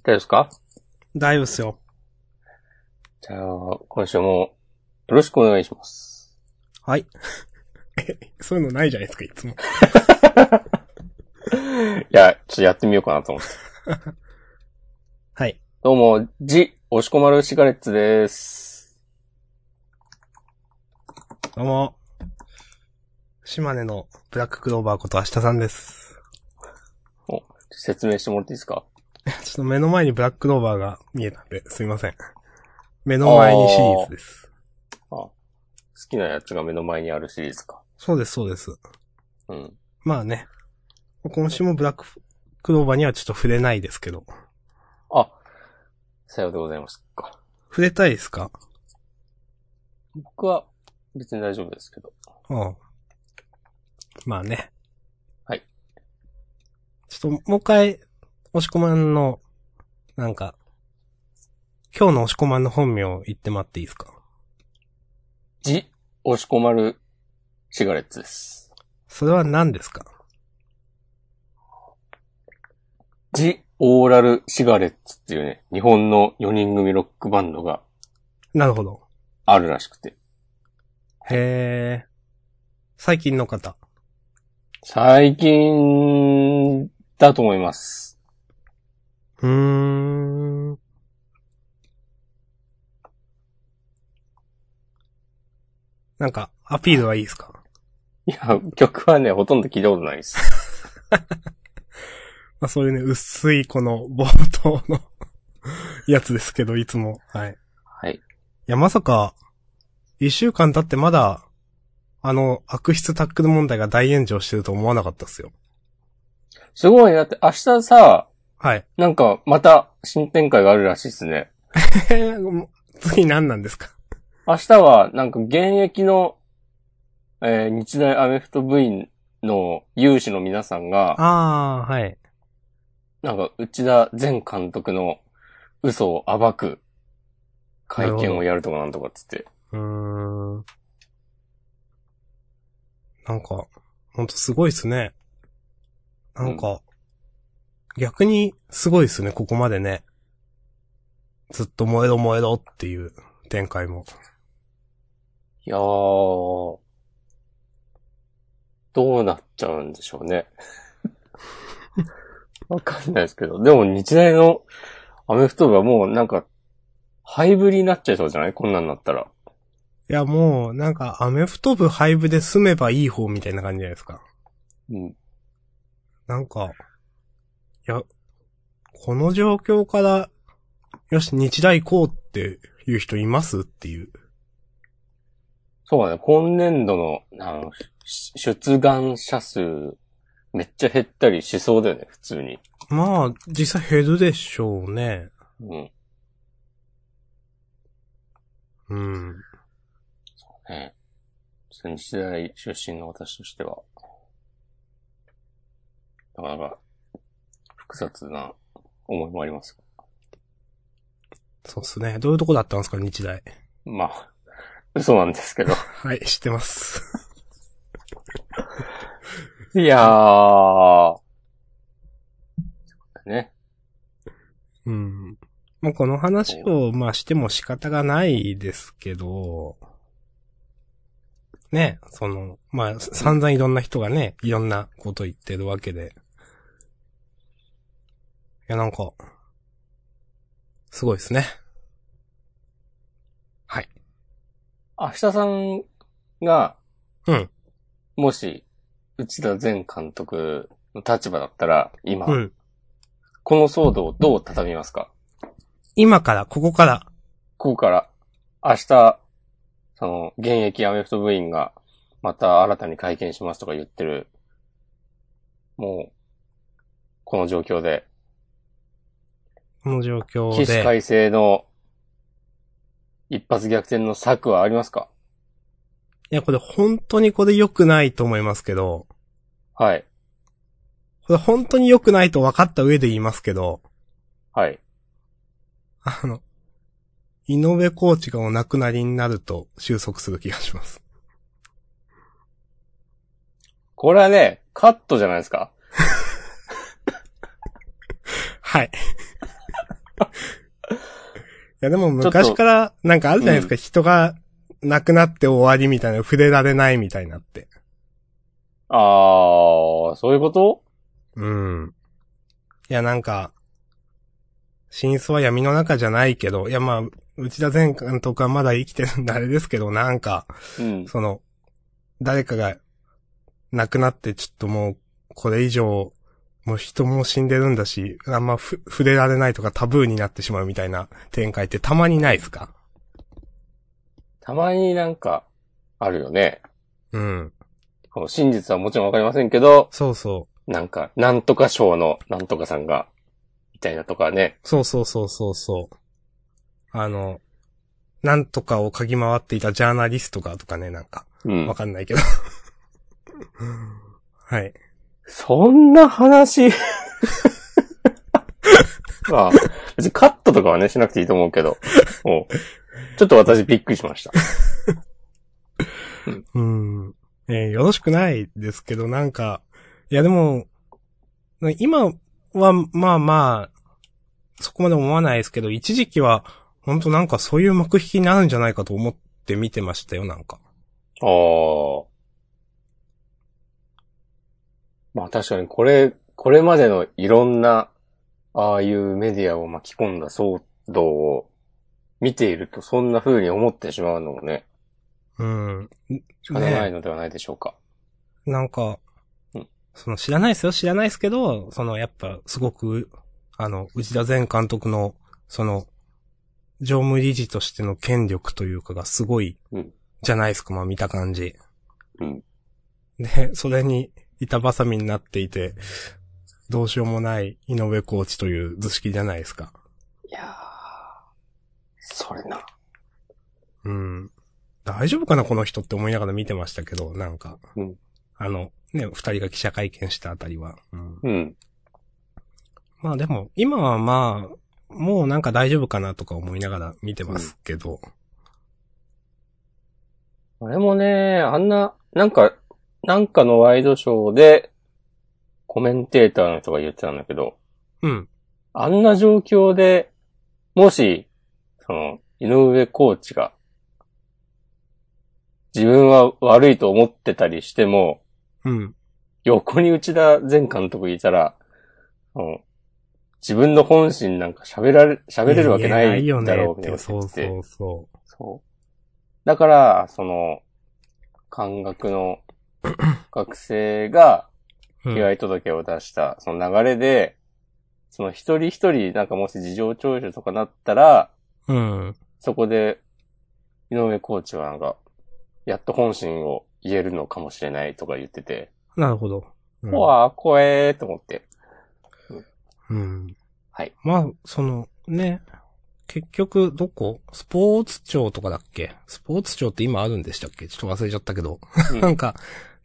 夫ですか大丈夫っすよ。じゃあ、今週もよろしくお願いします。 はい。そういうのないじゃないですか、いついも。や、ちょっとやってみようかなと思って。はい。どうも、ジ・押し込まるシガレッツです。どうも。島根のブラッククローバーこと明日さんです。 説明してもらっていいですかちょっと目の前にブラッククローバーが見えたんで、すいません。目の前にシリーズです。好きなやつが目の前にあるシリーズか。そうです、そうです。うん。まあね。今週もブラッククローバーにはちょっと触れないですけど。あ、さようでございますか。触れたいですか僕は別に大丈夫ですけど。うん。まあね。はい。ちょっともう一回、押し込まんの、なんか、今日の押し込まんの本名言ってもらっていいですかジ・押し込まるシガレッツです。それは何ですかジ・オーラル・シガレッツっていうね、日本の4人組ロックバンドがなるほど。あるらしくて。へえ。最近の方。最近だと思います。うーん。なんか、アピールはいいですかいや、曲はね、ほとんど聞いたことないです。まあそういうね、薄いこの冒頭のやつですけど、いつも。はい。はい。いや、まさか、一週間経ってまだ、あの、悪質タックル問題が大炎上してると思わなかったっすよ。すごいね。だって明日さ、はい。 なんかまた新展開があるらしいですね。次何なんですか明日はなんか現役の、えー日大アメフト部員の有志の皆さんが、あー、はい。なんか内田前監督の嘘を暴く会見をやるとかなんとかっつって。うーん。なんか、ほんとすごいっすね。なんか、逆にすごいっすね、ここまでね。ずっと燃えろ燃えろっていう展開も。いやー、どうなっちゃうんでしょうね。 わかんないですけど。でも日大のアメフト部はもうなんか、ハイブリになっちゃいそうじゃないこんなんなったら。いや、もう、なんか、アメフト部廃部で済めばいい方みたいな感じじゃないですか。うん。なんか、いや、この状況から、よし、日大行こうっていう人いますっていう。そうだね。今年度の、あの、し出願者数、めっちゃ減ったりしそうだよね、普通に。まあ、実際減るでしょうね。うん。うん。ねちょっと日大出身の私としては、なかなか複雑な思いもあります。そうっすね。どういうとこだったんですか、日大。まあ、 嘘なんです けど。はい、知ってます。いやー。ね。うん。もうこの話を、まあ、しても仕方がないですけど、ね、その、まあ、散々いろんな人がね、いろんなこと言ってるわけで。いや、なんか、すごいですね。明日さんが、うん。もし、内田前監督の立場だったら、今、うん。この騒動をどう畳みますか今から、ここから、ここから、明日、その、現役アメフト部員が、また新たに会見しますとか言ってる。もう、この状況で、この状況起死で、回生の、一発逆転の策はありますかいや、これ本当にこれ良くないと思いますけど、はい。これ本当に良くないと分かった上で言いますけど、はい。あの、井上コーチがお亡くなりになると収束する気がします。 これはね、カ ットじゃないですか。はい。やでも昔から、なんかあるじゃないですか、人が亡くなって終わりみたいな、触れられないみたいなって。あー、そういうことうん。いや、なんか、真相は闇の中じゃないけど、いや、まあ、内田前監督はまだ生きてるんであれですけど、なんか、うん。その、誰かが亡くなってちょっともう、これ以上、もう人も死んでるんだし、あんまふ触れられないとかタブーになってしまうみたいな展開ってたまにないですかたまになんか、あるよね。うん。この真実はもちろんわかりませんけど、そうそう。なんか、なんとか賞のなんとかさんが、みたいなとかね。そうそうそうそうそう。あの、なんとかを嗅ぎ回っていたジャーナリストがとかね、なんか、うわん。かんないけど。 はい。そんな 話ああ別にカットとかはね、しなくていいと思うけど。おうちょっと私びっくりしました。うん。えーよろしくないですけど、なんか、いやでも、今は、まあまあ、そこまで思わないですけど、一時期は、ほんとなんかそういう幕引きになるんじゃないかと思って見てましたよ、なんか。ああ。まあ確かにこれ、これまでのいろんな、ああいうメディアを巻き込んだ騒動を見ているとそんな風に思ってしまうのもね、うん。仕方ないねのではないでしょうか。なんかうん、その知らないですよ、知らないですけど、そのやっぱすごく、あの、内田前監督の、その、常務理事としての権力というかがすごいうん、じゃないですか、まあ見た感じ。うん。で、それに板挟みになっていて、どうしようもない井上コーチという図式じゃないですか。いやーそれな。うん。大丈夫かなこの人って思いながら見てましたけど、なんか。うんあの、ね、二人が記者会見したあたりは。うん、うん。まあでも、今はまあ、もうなんか大丈夫かなとか思いながら見てますけど。俺もね、あんな、なんか、なんかのワイドショーで、コメンテーターの人が言ってたんだけど、うん。あんな状況で、もし、その、井上コーチが、自分は悪いと思ってたりしても、うん。横に内田前監督いたら、その自分の本心なんか喋られ、喋れるわけないややだないろようみねたいなって。そこと言うっててそうそそう。だから、その、感覚 の学生がう。うん被害届を出した、その流れで、その一人一人、なんかもし事情聴取とかなったら、うん。そこで、井上コーチはなんか、やっと本心を言えるのかもしれないとか言ってて、なるほど。ううんわあ、怖えーと思って。うん。はい。まあ、その、ね、結局、どこスポーツ庁とかだっけスポーツ庁って今あるんでしたっけちょっと忘れちゃったけど。うんなんか、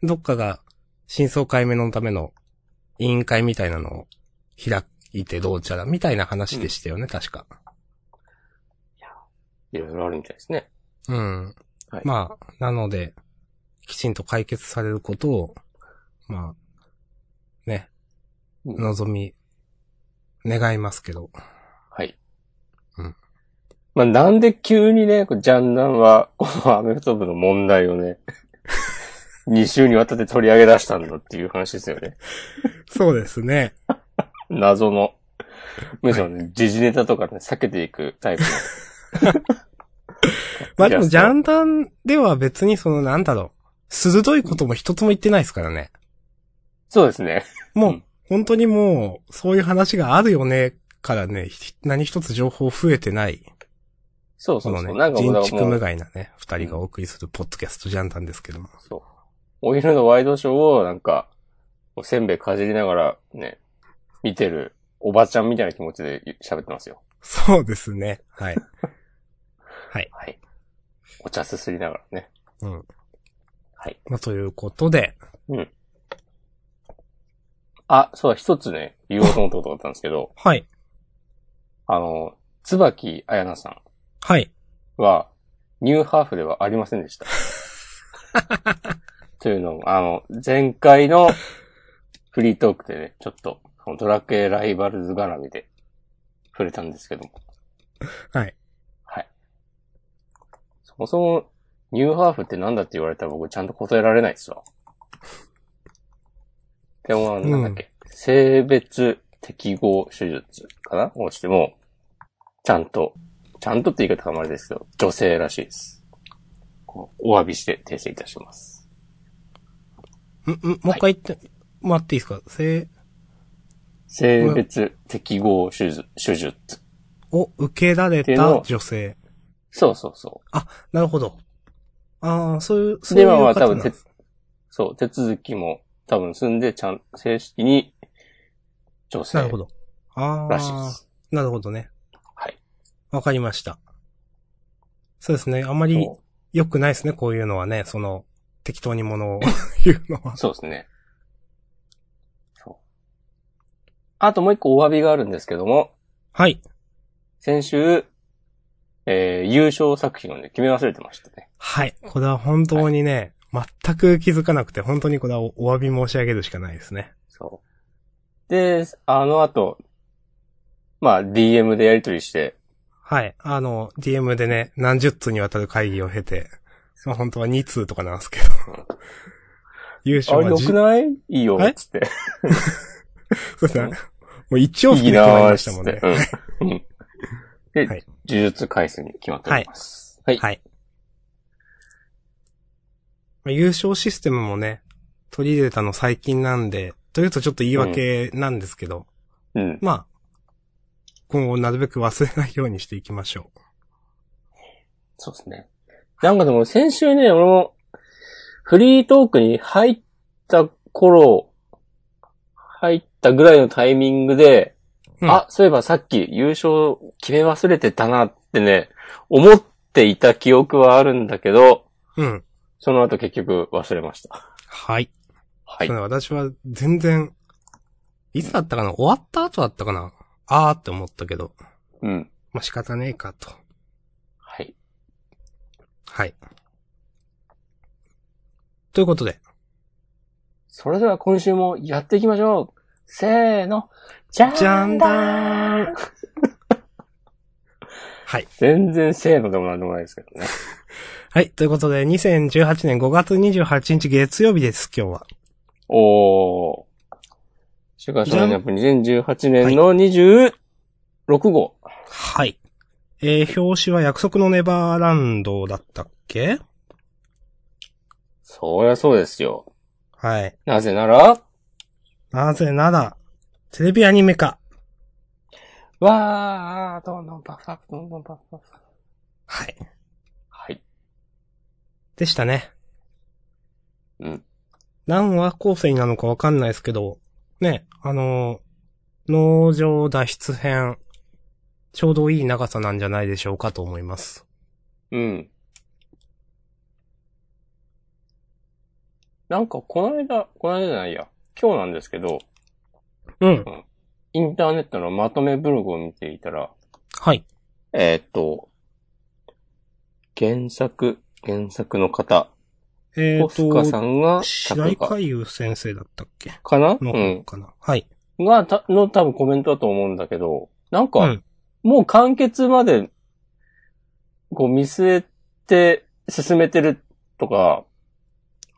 どっかが、真相解明のための委員会みたいなのを開いてどうちゃら、みたいな話でしたよね、確か。いろいろあるみたいですね。うん。はいまあ、なので、きちんと解決されることを、まあ、ね、うん望み、願いますけど。はい。うんまあ、なんで急にね、こうジャンダンは、このアメフト部の問題を ね、2週にわたって取り上げ出したんだっていう話ですよね。そうですね。謎の。むしろね、時事ネタとかね、避けていくタイプの。まあでも、イラストジャンダンでは別にその、なんだろう、鋭いことも一つも言ってないですからね。そうですね。もう、うん本当にもう、そういう話があるよね、からね、ひ何一つ情報増えてない、そうこそうのそう。ねなん、かもう人だか畜らも無う、害なね、二人がお送りするポッドキャストジャンダンですけども。そう。お昼のワイドショーを、なんか、おせんべいかじりながら、ね、見てる、おばちゃんみたいな気持ちで喋ってますよ。そうですね、はい。はい。お茶すすりながらね。うん。はい。まあ、ということで、あ、そうだ、一つね、言おうと思ったことがあったんですけど、はい、あの、椿彩菜さはい。んは、ニューハーフではありませんでした。というのも、あの、前回のフリートークでね、ちょっと、そのドラクエライバルズ絡みで触れたんですけども。はい。そもそも、ニューハーフってなんだって言われたら僕ちゃんと答えられないですわ。でも、なんだっけ、性別適合手術かなをしても、ちゃんと、ちゃんとって言い方はあれですけど、女性らしいです。こうお詫びして訂正いたします。ん、ん、もう一回言って、もらっていいですか性性別適合手術、手術。を受けられた女性。そうそうそう。あ、なるほど。ああ、そういう、そうで、いう今は多方分なんで手す。、そう、手続きも多分済んで、ちゃん、正式に、女性なるほど。あらしいであ、す。なるほどね。はい。わかりました。そうですね。あまりそう良くないですね、こういうのはね。その、適当にものを 言うのは。そうですね。そう。あともう一個お詫びがあるんですけども、はい。先週、えー、優勝作品をね、決め忘れてましたね。はい。これは本当にね、全く気づかなくて、本当にこれはおお詫び申し上げるしかないですね。そう。で、あの後、まあ、DM でやりとりして、はい。あの、DM でね、何十通にわたる会議を経て、まあ本当は2通とかなんですけ ど。優あ勝れは良じくないいいよえ、つって。そうですね。もう一応い吹いで決まりなーまっしつたもっんねて。。うんうんで、はい呪術回数に決まっております。はい。はい。まあ優勝システムもね、取り入れたの最近なんで、というとちょっと言い訳なんですけど、うん。まあ、今後なるべく忘れないようにしていきましょう。そうですね。なんかでも先週ね、俺も、フリートークに入った頃、入ったぐらいのタイミングで、うんあ、そういえばさっき優勝決め忘れてたなってね、思っていた記憶はあるんだけど、うん。その後結局忘れました。はい。はいそ。うね私は全然、いつだったかな終わった後だったかなあーって思ったけど、うん。まあ、仕方ねえかと。はい。はい。ということで、それでは今週もやっていきましょうせーのじゃじゃーんんだだーんーんはい。全然せーのでもなんでもないですけどね。はい。ということで、2018年5月28日月曜日です、今日は。おー。週刊少年ジャンプ2018年の26号。はい。えー、表紙は約束のネバーランドだったっけそりゃそうですよ。はい。なぜなら、なぜなら、テレビアニメ化。わー、どんどんパフパフ、どんどんパフパフ。はい。はい。でしたね。うん。何話構成なのかわかんないですけど、ね、あのー農場脱出編、ちょうどいい長さなんじゃないでしょうかと思います。うん。なんか、この間、この間じゃないや。今日なんですけど、うん。インターネットのまとめブログを見ていたら、はい。えーっと、原作、原作の方、えポスカーさと、んが白作井家海優先生だったっけかなうの方ん。かな、はい。が、た、の多分コメントだと思うんだけど、なんうかん、もう完結まで、こう見据えて進めてるとか、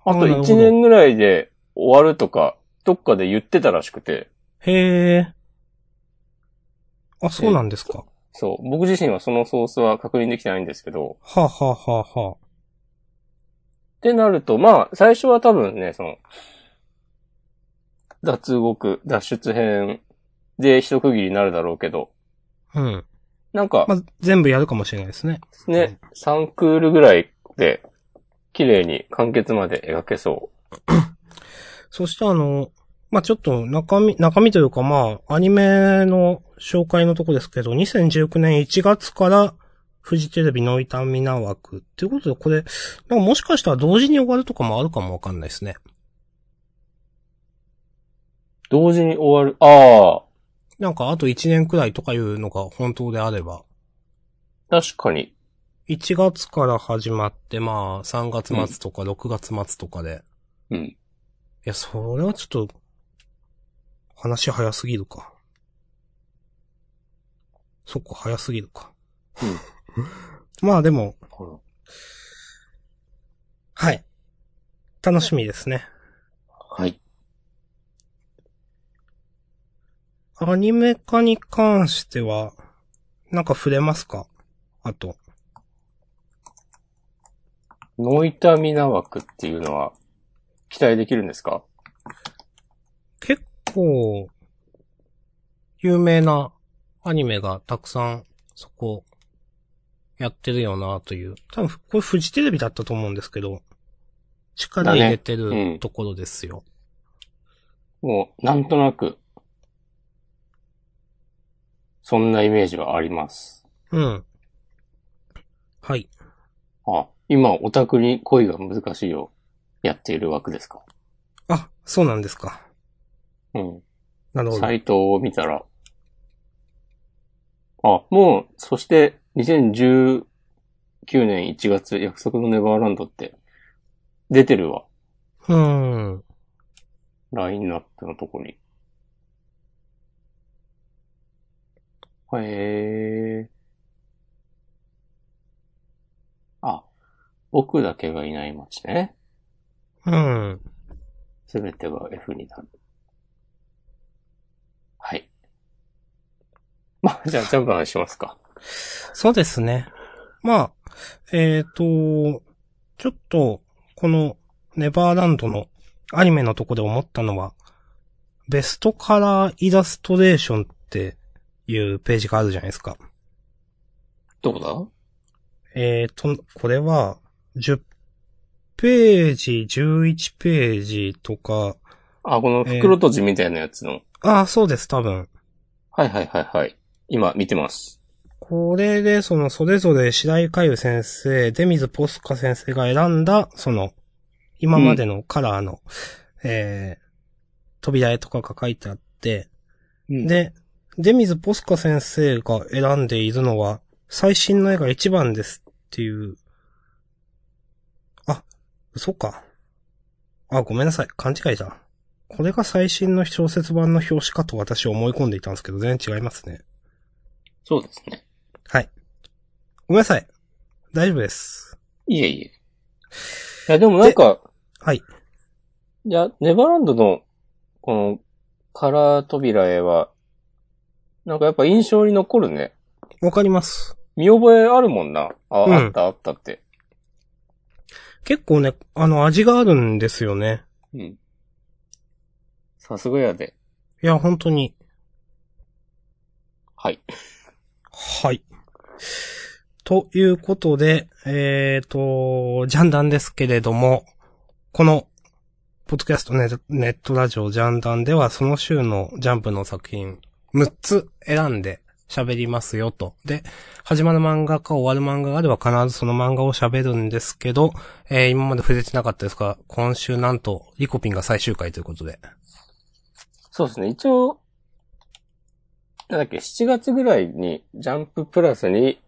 ああとなるほど1年ぐらいで終わるとか、どっかで言ってたらしくて、へえ。あ、そうなんですか。そう、僕自身はそのソースは確認できてないんですけど、はあ、はあはあはあ、ってなると、まあ、最初は多分ね、その、脱獄、脱出編で一区切りになるだろうけど、うん。なんかま、あ、全部やるかもしれないですね。ね、3クールぐらいで、綺麗に完結まで描けそそしてあの、まあ、ちょっと中身、中身というかまあ、アニメの紹介のとこですけど、2019年1月から、フジテレビノイタミナ枠っていうことで、これ、なんかもしかしたら同時に終わるとかもあるかもわかんないですね。う。同時に終わる。あなんかあと1年くらいとかいうのが本当であれば、あ、確かに。 1月から始まって、まあ、3月末とか6月末とかで、うん。いや、それはちょっと、話早すぎるか。 そっか、早すぎるか。まあでも、ほはい。楽しみですね。はい。アニメ化に関しては、なんか触れますかあと。ノイタミナ枠っていうのは、期待できるんですか結構、有名なアニメがたくさん、そこ、やってるよなという。多分、これフジテレビだったと思うんですけど、力入れてだねうるんところですよ。もう、なんとなく、そんなイメージはあります。うん。はい。あ、今、オタクに恋が難しいをやっている枠ですかあ、そうなんですか。うん。なるほどサ。イトを見たら、あ、もう、そして、2019年1月、約束のネバーランドって、出てるわ。うーん。ラインナップのとこに。へえ。あ、僕だけがいない街ね。うん。すべてが F になる。はい。ま あ、じゃあ、ジャンプの話しますか。そうですね。まあ、えっ、と、ちょっと、この、ネバーランドのアニメのとこで思ったのは、ベストカラーイラストレーションっていうページがあるじゃないですか。どこだえっ、と、これは、10ページ、11ページとか、あ、この袋閉じみたいなやつの。ああ、そうです、多分。はいはいはいはい。今、見てます。これで、その、それぞれ白井海優先生、デミズ・ポスカ先生が選んだ、その、今までのカラーの、えー、扉絵とかが書いてあって、うん、で、デミズ・ポスカ先生が選んでいるのは、最新の絵が一番ですっていう。あ、嘘か。あ、ごめんなさい。勘違いだ。これが最新の小説版の表紙かと私は思い込んでいたんですけど、全然違いますね。そうですね。はい。ごめんなさい。大丈夫です。いえいえ。いや、でもなんか、はい。いや、ネバーランドの、この、カラー扉絵は、なんかやっぱ印象に残るね。わかります。見覚えあるもんな。あ、うんあったあったって。結構ね、あの、味があるんですよね。うん。さすがやで。いや、本当に。はい。はい。ということで、えっ、と、ジャンダンですけれども、この、ポッドキャストネネットラジオジャンダンでは、その週のジャンプの作品、6つ選んで喋りますよと。で、始まる漫画か終わる漫画があれば必ずその漫画を喋るんですけど、えー今まで触れてなかったですが、今週なんと、リコピンが最終回ということで。そうですね。一応、なんだっけ、7月ぐらいに、ジャンププラスに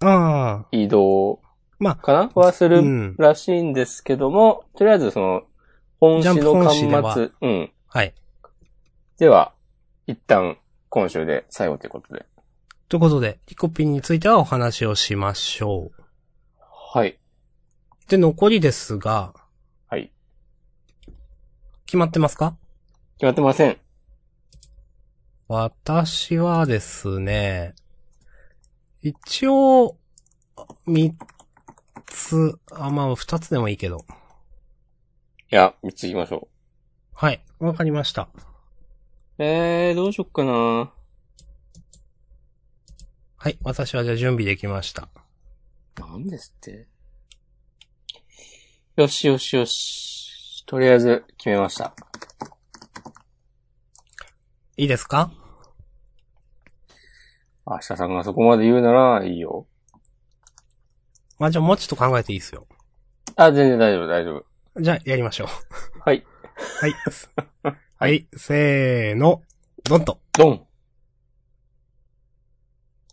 ああ、移動まあ、かなはすうるんらしいんですけども、とりあえずその、本誌ジャンプの本誌では端末、うん。はい。では、一旦、今週で最後ということで。ということで、リコピンについてはお話をしましょう。はい。で、残りですが、はい。決まってますか決まってません。私はですね、一応、三つ、あ、まあ、二つでもいいけど。いや、3つ行きましょはい、わかりました。う。えー、どうしよっかなはい、私はじゃあ準備できました。なんですってよしよしよし。とりあえず、決めました。いいですか明日さんがそこまで言うなら、いいよ。まあ、じゃあもうちょっと考えていいですよ。あ、全然大丈夫、大丈夫。じゃあ、やりましょう。はい。 はい。はい、せーの、ドンと。ドン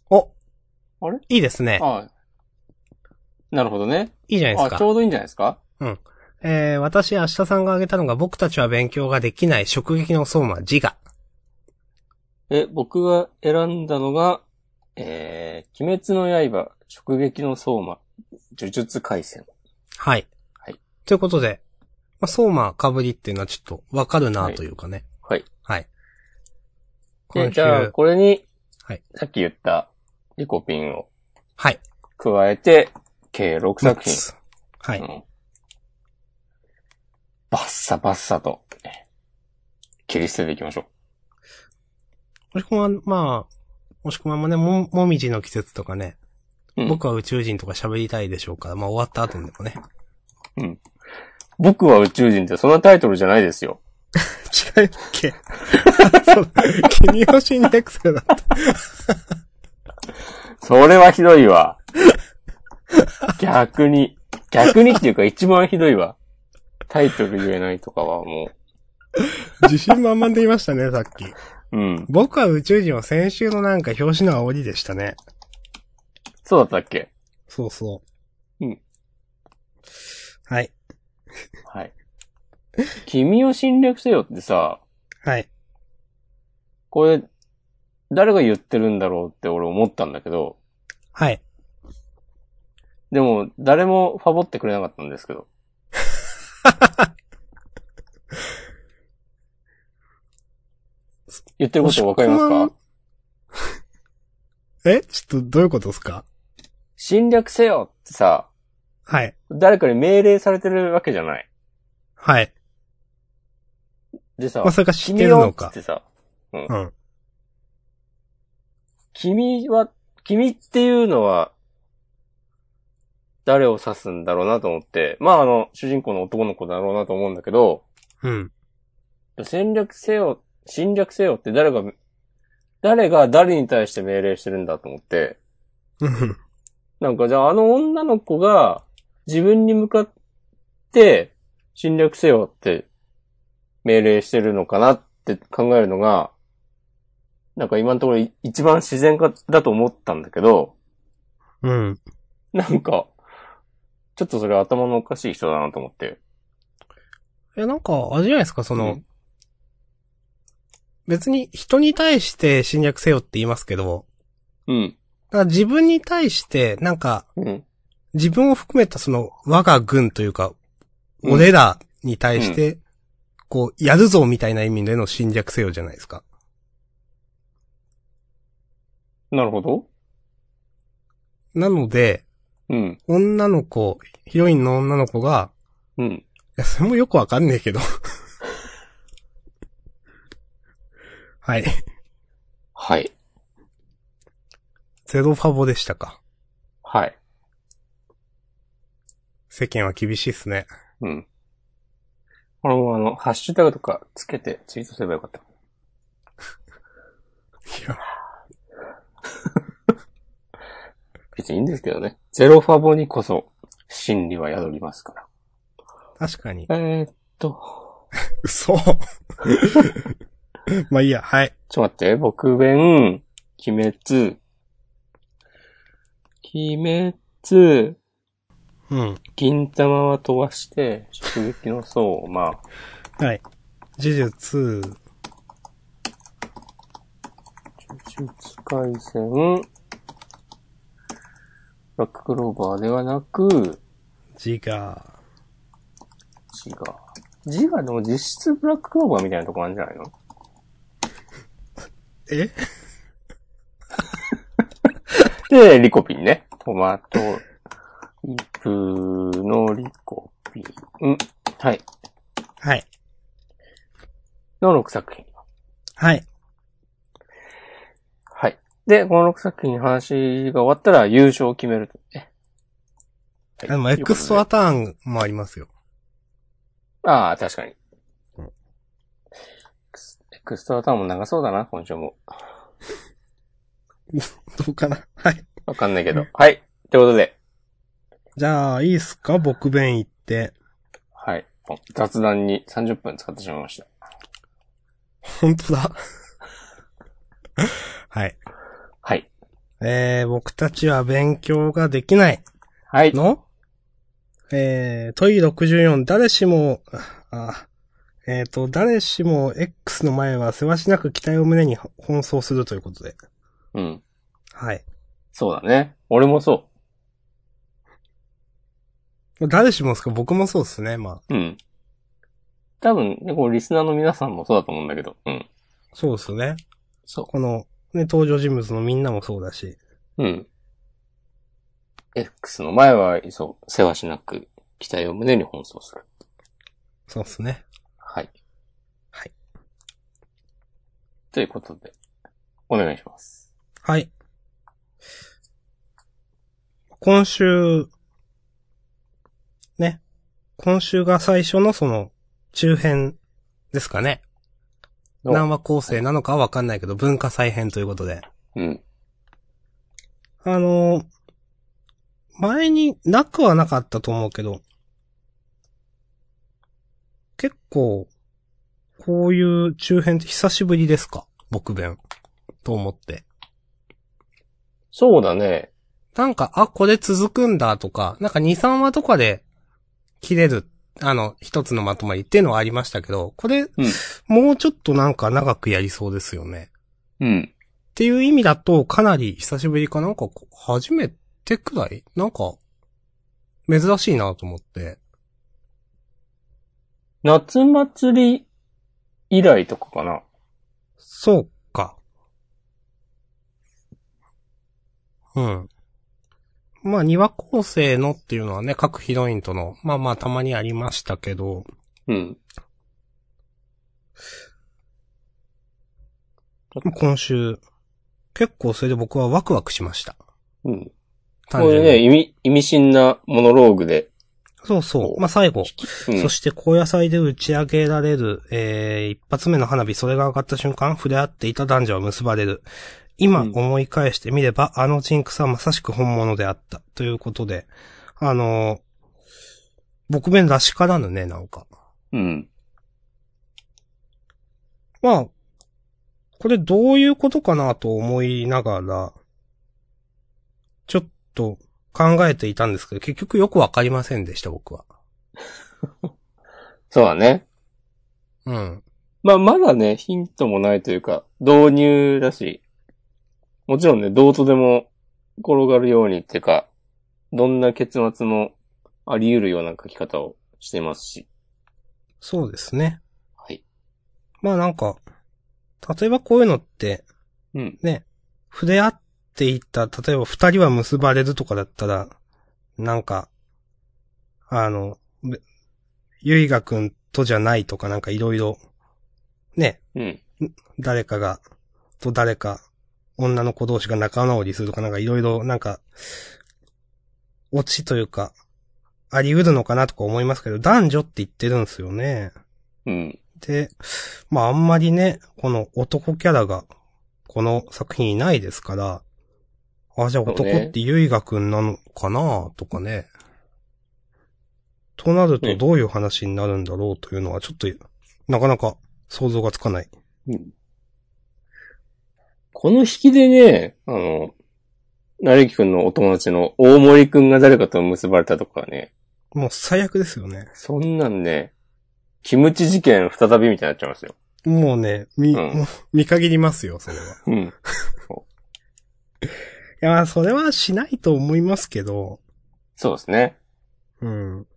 おあれいいですね。あなるほどね。いいじゃないですあ、かち。ょうどいいんじゃないですかえー、私、明日さんが挙げたのが、僕たちは勉強ができない、食撃の相馬、自我。え、僕が選んだのが、えー、鬼滅の刃、直撃の相馬、呪術回戦。はい。はい。ということで、まあ、相馬かぶりっていうのはちょっとわかるなはいというかね。はい。はい。で、今じ週、ゃあ、これに、はいさっき言った、リコピンをはい。加えて、計6作品。はい。うんバッサバッサと、切り捨てていきましょう。もしくは、まあ、もしくはもね、も、もみじの季節とかね、うん僕は宇宙人とか喋りたいでしょうから、まあ終わった後にで もね。僕は宇宙人ってそんなタイトルじゃないですよ。違うっけ そうキニオシンデックスだった。それはひどいわ。逆に、逆にっていうか一番ひどいわ。タイトル言えないとかはも自信満々で言いましたね、さっき。う。うん。僕は宇宙人は先週のなんか表紙の煽りでしたね。そうだったっけそうそう。うん。はい。はい。君を侵略せよってさ、はい。これ、誰が言ってるんだろうって俺思ったんだけど、はい。でも、誰もファボってくれなかったんですけど。言ってることわかります押し込か えちょっとどういうことですか侵略せよってさ、はい。誰かに命令されてるわけじゃない。はい。でさま、さか知って君るをっのつっか。てさ、うん。君は、君っていうのは、誰を指すんだろうなと思って、まああの、主人公の男の子だろうなと思うんだけど、うん。戦略せよ、侵略せよって誰が、誰が誰に対して命令してるんだと思って、うん。なんかじゃああの女の子が自分に向かって侵略せよって命令してるのかなって考えるのが、なんか今のところい一番自然かだと思ったんだけど、うん。なんか、ちょっとそれ頭のおかしい人だなと思って。え、なんか、あれじゃないですか、その、うん別に人に対して侵略せよって言いますけど、うん。だから自分に対して、なんか、うん。自分を含めたその、我が軍というか、うん俺らに対して、こう、やるぞみたいな意味での侵略せよじゃないですか。なるほど。なので、うん。女の子、ヒロインの女の子が、うん。いや、それもよくわかんねえけど。 はい。はい。ゼロファボでしたか。はい。世間は厳しいっすね。うん。これもあの、ハッシュタグとかつけてツイートすればよかった。いや、別にいいんですけどね。ゼロファボにこそ、真理は宿りますか確かに。ら。えー、っと、嘘。 まあいいや、はい。ちょっと待って、僕弁、鬼滅、鬼滅、うん。銀玉は飛ばして、出撃の層、まあ、はい。呪術、呪術回戦、ブラッククローバーではなく、自我。ジガ。ジガでも実質ブラッククローバーみたいなとこあるんじゃないのえで、リコピンね。トマト、イプのリコピン。うん。はい。はい。の6作品。はい。はい。で、この6作品の話が終わったら優勝を決めると、ね。はいでも、エクストアターンもありますよ。ああ、確かに。うんエクストラターンも長そうだな、今週も。 どうかな。はい。わかんないけど。はい。ということで。じゃあ、いいっすか僕弁行って。はい。雑談に30分使ってしまいました。本当 だ。はい。はい。えー、僕たちは勉強ができないはい。の、えー、問い64、誰しも、あ、えっ、ー、と、誰しも X の前はせわしなく期待を胸に奔走するということで。うん。はい。そうだね。俺もそ誰しもですか僕もそうですね。まあ、うん。多分、ね、こう、リスナーの皆さんもそうだと思うんだけど、うん。そうですね。そこの、ね、登場人物のみんなもそうだし。う。うん。X の前は、そう、世話しなく、期待を胸に奔走する。そうですね。はい。はい。ということで、お願いします。はい。今週、ね。今週が最初のその、中編ですかね。お何話構成なのかはわかんないけど、文化再編ということで。うん。あのー前になくはなかったと思うけど、結構、こういう中編って久しぶりですか僕弁。と思って。そうだね。なんか、あ、これ続くんだとか、なんか2、3話とかで切れる、あの、一つのまとまりっていうのはありましたけど、これ、もうちょっとなんか長くやりそうですよね。うん。っていう意味だと、かなり久しぶりかなんかこ、初めてくらいなんか、珍しいなと思って。夏祭り以来とかかな。そうか。うん。まあ、庭構成のっていうのはね、各ヒロインとの、まあまあ、たまにありましたけど、うん。今週、結構それで僕はワクワクしました。うん。単こ純れね、に。意味、意味深なモノローグで。そうそう。まあ、最後。うんそして、高野菜で打ち上げられる、えー、一発目の花火、それが上がった瞬間、触れ合っていた男女は結ばれる。今、うん思い返してみれば、あのジンクスはまさしく本物であった。ということで、あのー僕弁らしからぬね、なんか。うん。まあ、これどういうことかなと思いながら、ちょっと考えていたんですけど、結局よくわかりませんでした、僕は。そうだね。うん。まあ、まだね、ヒントもないというか、導入だし、もちろんね、どうとでも転がるようにっていうか、どんな結末もあり得るような書き方をしてますし。そうですね。はい。まあなんか、例えばこういうのって、うん。ね、触れ合っていた、例えば二人は結ばれるとかだったら、なんか、あの、べゆいがくんとじゃないとかなんかいろいろ、ね、うん。誰かが、と誰か、女の子同士が仲直りするとかなんかいろいろ、なんか、落ちというか、あり得るのかなとか思いますけど、男女って言ってるんですよね。うん。で、まああんまりね、この男キャラが、この作品いないですから、あ、じゃそあうね男ってゆいがくんなのかなとかね。となるうとんどういう話になるんだろうというのはちょっと、なかなか想像がつかない。うん。この引きでね、あの、なれきくんのお友達の大森くんが誰かと結ばれたとかね、もう最悪ですよね。そんなんね、キムチ事件再びみたいになっちゃいますよ。もうね、み、うんもう見限りますよ、そ れは。いうん。や、まあそれはしないと思いますけど、そうですね。うん。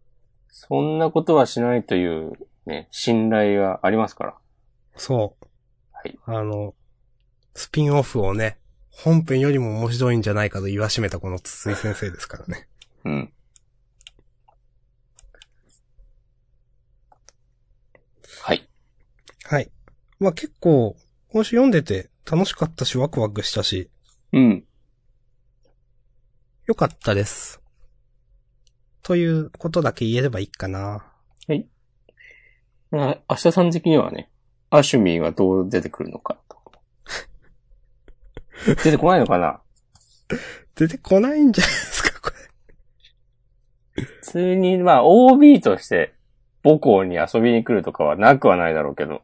そんなことはしないという、ね、信頼がありますから。そう。はいあの、スピンオフをね、本編よりも面白いんじゃないかと言わしめたこの筒井先生ですからね。うん。はい。 はい。まあ結構、今週読んでて楽しかったし、ワクワクしたし、うん。良かったです。ということだけ言えればいいかな。まあ明日さん的にはね、アシュミーがどう出てくるの かと。出てこないのかな出てこないんじゃないですか、これ。普通に、まあ、OB として母校に遊びに来るとかはなくはないだろうけど。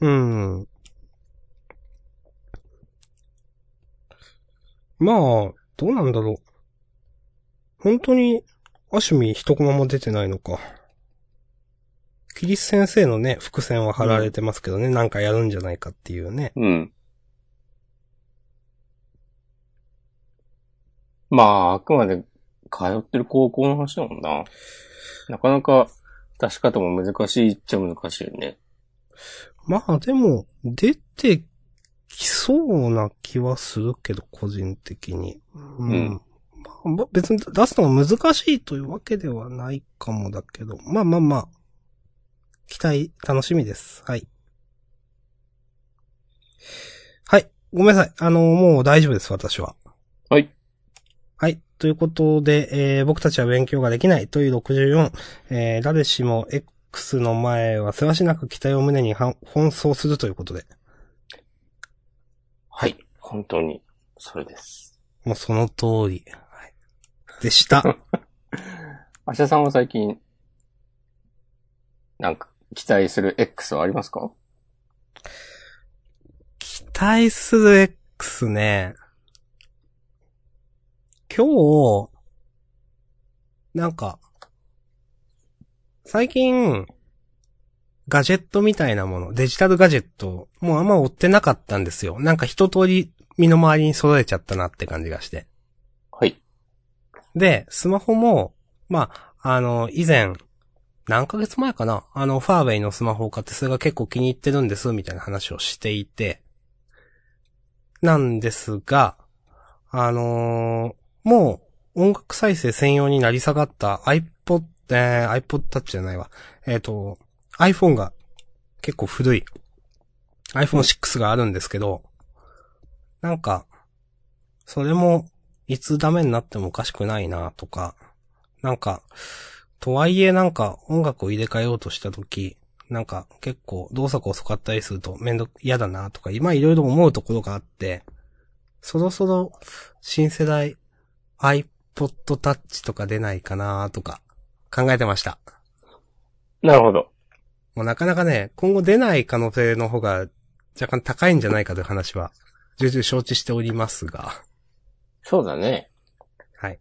うん。まあ、どうなんだろう。本当に、アシュミ一コマも出てないのか。キリス先生のね、伏線は貼られてますけどね、なんかやるんじゃないかっていうね。うん。まあ、あくまで通ってる高校の話だもんな。なかなか出し方も難しいっちゃ難しいよね。まあでも、出てきそうな気はするけど、個人的に。うん。うんまあまあ、別に出すのが難しいというわけではないかもだけど、まあまあまあ、期待、楽しみです。はい。はい。ごめんなさい。あの、もう大丈夫です、私は。はい。はい。ということで、えー僕たちは勉強ができないという64、えー誰しも X の前はせわしなく期待を胸にはん奔走するということで。はい。本当に、それです。もうその通り。はいでした。明日さんは最近、なんか、期待する X はありますか期待する X ね。今日、なんか、最近、ガジェットみたいなもの、デジタルガジェットを、もうあんま追ってなかったんですよ。なんか一通り身の回りに揃えちゃったなって感じがして。はい。で、スマホも、まあ、あの、以前、何ヶ月前かなあの、ファーウェイのスマホを買って、それが結構気に入ってるんです、みたいな話をしていて、なんですが、あのーもう、音楽再生専用になり下がった iPod、えー iPod Touch じゃないわ。えっ、と、iPhone が結構古い。iPhone6 があるんですけど、なんか、それもいつダメになってもおかしくないなとか、なんか、とはいえなんか音楽を入れ替えようとしたとき、なんか結構動作が遅かったりするとめんど、嫌だなとか、今いろいろ思うところがあって、そろそろ新世代 iPod Touch とか出ないかなとか考えてました。なるほど。もうなかなかね、今後出ない可能性の方が若干高いんじゃないかという話は、重々承知しておりますが。そうだね。はい。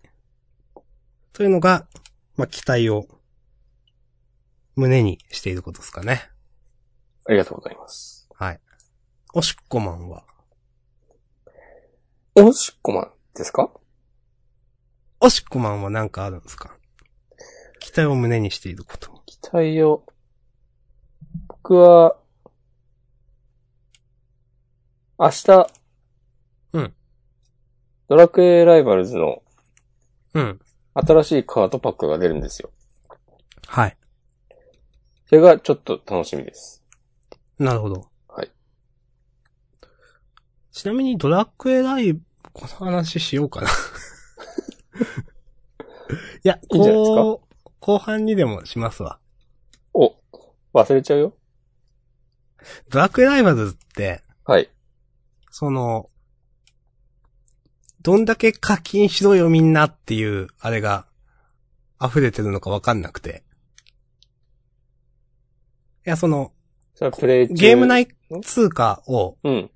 というのが、まあ、期待を胸にしていることですかね。ありがとうございます。はい。おしっこマンは、おしっこマンですかおしっこマンはなんかあるんですか期待を胸にしていること。期待を。僕は、明日、うん。ドラクエライバルズのうん。新しいカードパックが出るんですよ。はい。それがちょっと楽しみです。なるほど。はい。ちなみにドラクエライブ、この話しようか な。いや、いいんじゃないですかこう、後半にでもしますわ。お、忘れちゃうよ。ドラクエライバルズって、はい。その、どんだけ課金しろよみんなっていう、あれが、溢れてるのかわかんなくて。いや、その、それはプレイ中。ゲームい。内通貨をうん。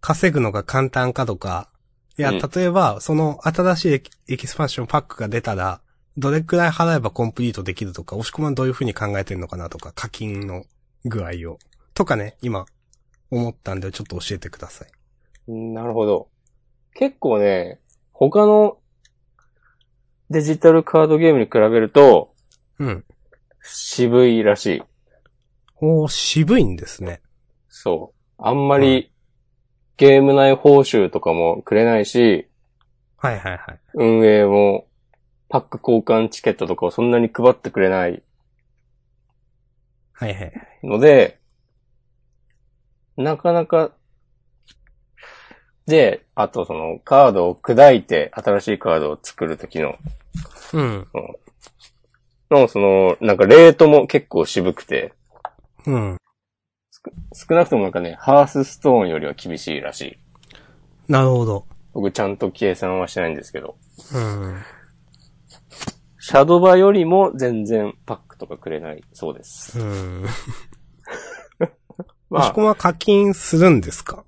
稼ぐのが簡単かとか、いや、うん例えば、その新しいエキエキスパンションパックが出たら、どれくらい払えばコンプリートできるとか、押し込まんどういう風に考えてるのかなとか、課金の具合を。とかね、今、思ったんで、ちょっと教えてください。なるほど。結構ね、他のデジタルカードゲームに比べるとうん。渋いらしい。おー、渋いんですね。そう。あんまり、ゲーム内報酬とかもくれないし、はいはいはい。運営も、パック交換チケットとかをそんなに配ってくれないはいはい。ので、なかなか、で、あとそのカードを砕いて新しいカードを作るときの、うん。のその、なんかレートも結構渋くて、うん。少なくともなんかね、ハースストーンよりは厳しいらしい。なるほど。僕ちゃんと計算はしてないんですけど。うん。シャドバよりも全然パックとかくれないそうです。うん。まましあこ、は課金するんですか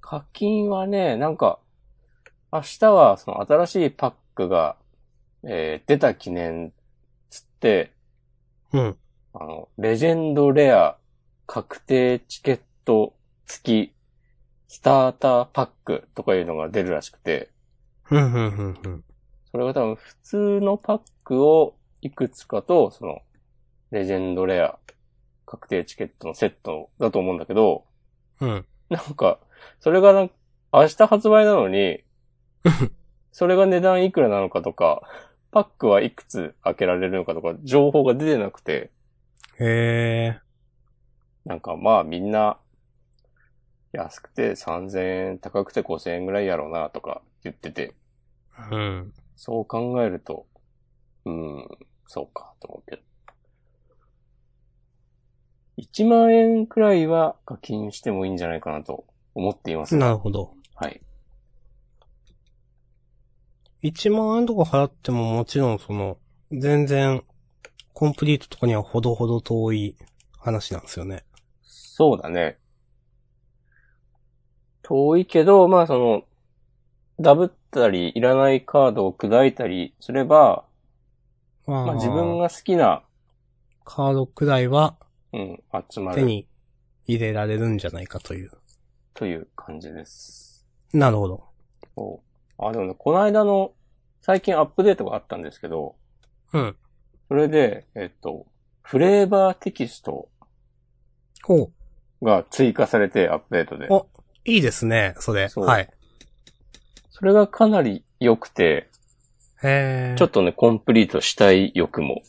課金はね、なんか、明日はその新しいパックが、えー出た記念つって、うん。あの、レジェンドレア確定チケット付きスターターパックとかいうのが出るらしくて、うん、うん、うん、うん。それが多分普通のパックをいくつかと、その、レジェンドレア、確定チケットのセットだと思うんだけど、うん。なんか、それがなんか、明日発売なのに、それが値段いくらなのかとか、パックはいくつ開けられるのかとか、情報が出てなくて、へえ。なんかまあみんな、安くて3000円、高くて5000円ぐらいやろうなとか言ってて、うん。そう考えると、うん、そうか、と思うけど。1万円くらいは課金してもいいんじゃないかなと思っています。なるほど。はい。 1万円とか払ってももちろんその、全然、コンプリートとかにはほどほど遠い話なんですよね。そうだね。遠いけど、まあその、ダブったり、いらないカードを砕いたりすれば、ままあ自分。が好きな、カードくらいはうん、集ま手るに入れられるんじゃないかという。という感じです。なるほど。そう。あ、でもね、この間の、最近アップデートがあったんですけど、うん。それで、えっと、フレーバーテキストおが追加されて、アップデートで。おいいですね、それ。そうはい。それがかなり良くて、へえ。ちょっとね、コンプリートしたい欲も、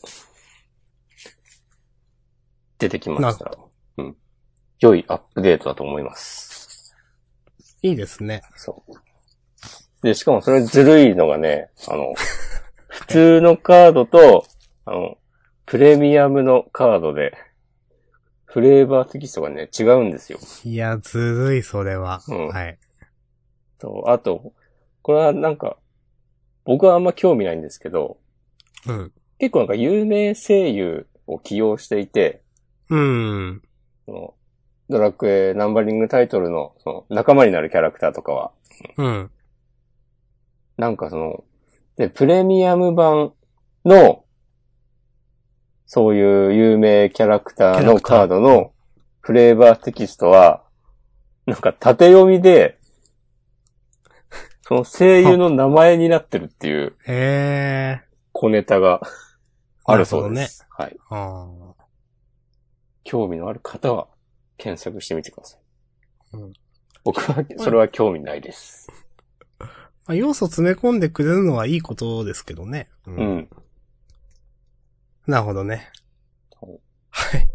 出てきまなるしほた。ど。良いアップデートだと思います。いいですね。そう。で、しかもそれずるいのがね、あ の、普通のカードと、あの、プレミアムのカードで、フレーバーテキストがね、違うんですよ。いや、ずるい、それは。うんはい。と、あと、これはなんか、僕はあんま興味ないんですけど、うん。結構なんか有名声優を起用していて、うん。そのドラクエナンバリングタイトルのその仲間になるキャラクターとかは、うん。なんかその、で、プレミアム版の、そういう有名キャラクターのカードのフレーバーテキストは、なんか縦読みで、その声優の名前になってるっていうへえ。小ネタがあるそうなでるす。はい。ほどね。ああ。興味のある方は検索してみてください。うん僕は、それは興味ないです。まあ、要素詰め込んでくれるのはいいことですけどね。うう。ん。なるほどね。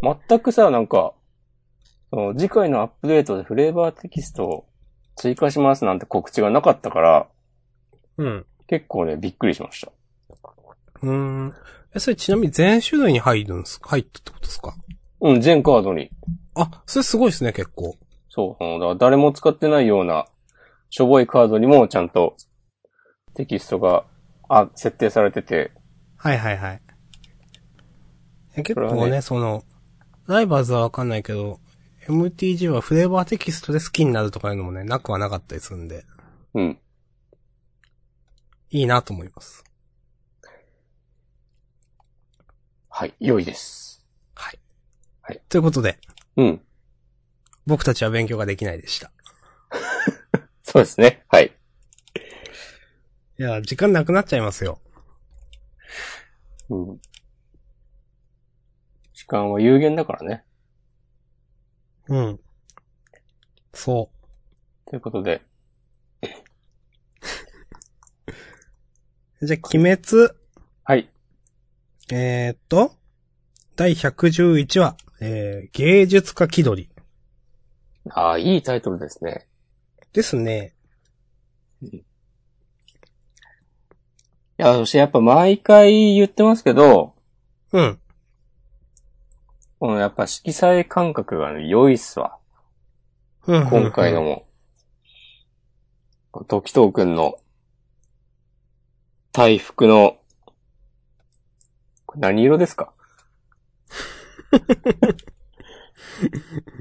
全くさ、なんか、その次回のアップデートでフレーバーテキストを追加しますなんて告知がなかったから、うん。結構ね、びっくりしました。うーん。え、それちなみに全種類に入るんす入ったってことですかうん、全カードに。あ、それすごいですね、結構。そう、そのだから誰も使ってないような、しょぼいカードにもちゃんとテキストが、あ、設定されてて、はいはいはい。え結それ構はねねその、ライバーズはわかんないけど、MTG はフレーバーテキストで好きになるとかいうのもね、なくはなかったりするんで、うん。いいなと思います。はい、良いです。はい。はい。ということで、うん。僕たちは勉強ができないでした。そうですね。はい。いや、時間なくなっちゃいますよ。うん。時間は有限だからね。うん。そということで、う。じゃあ、鬼滅、はい。えー、っと、第111話、えー、芸術家気取り。ああ、いいタイトルですね。ですね。いや、そしてやっぱ毎回言ってますけど、うん。このやっぱ色彩感覚が、ね、良いっすわ。うん。今回の。も。時藤くんの、大服の、これ何色です か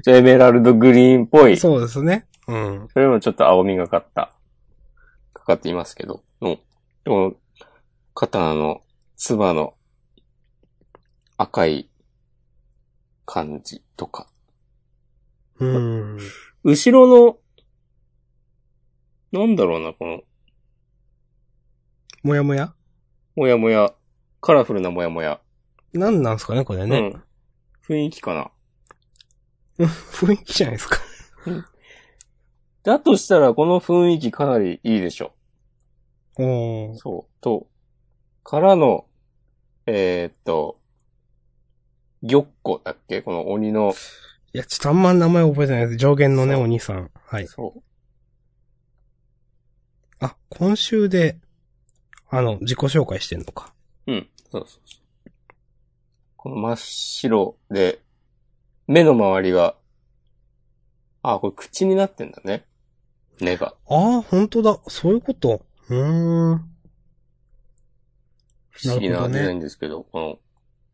エメラルドグリーンっぽい。そそうですね。うん。れもちょっと青みがかった、かかっていますけど、の、この、刀の、つばの、赤い感じとか。うん。後ろの、なんだろうな、この、もやもやもやもや、カラフルなモヤモヤ。なんなんすかね、これうね。ん。雰囲気かな。雰囲気じゃないですか。 だとしたら、この雰囲気かなりいいでしょ。おーそう。と、からの、えーっと、ぎょっこだっけこの鬼の、いや、ちょっとあんま名前覚えてないです。上限のね、お兄さん。はい。そう。あ、今週で、あの、自己紹介してんのか。うん。そうそうそう。この真っ白で、目の周りが、あ、これ口になってんだね。目が。ああ、本当だ。そういうこと。うーん。不思議ななるほどねデザインですけど、この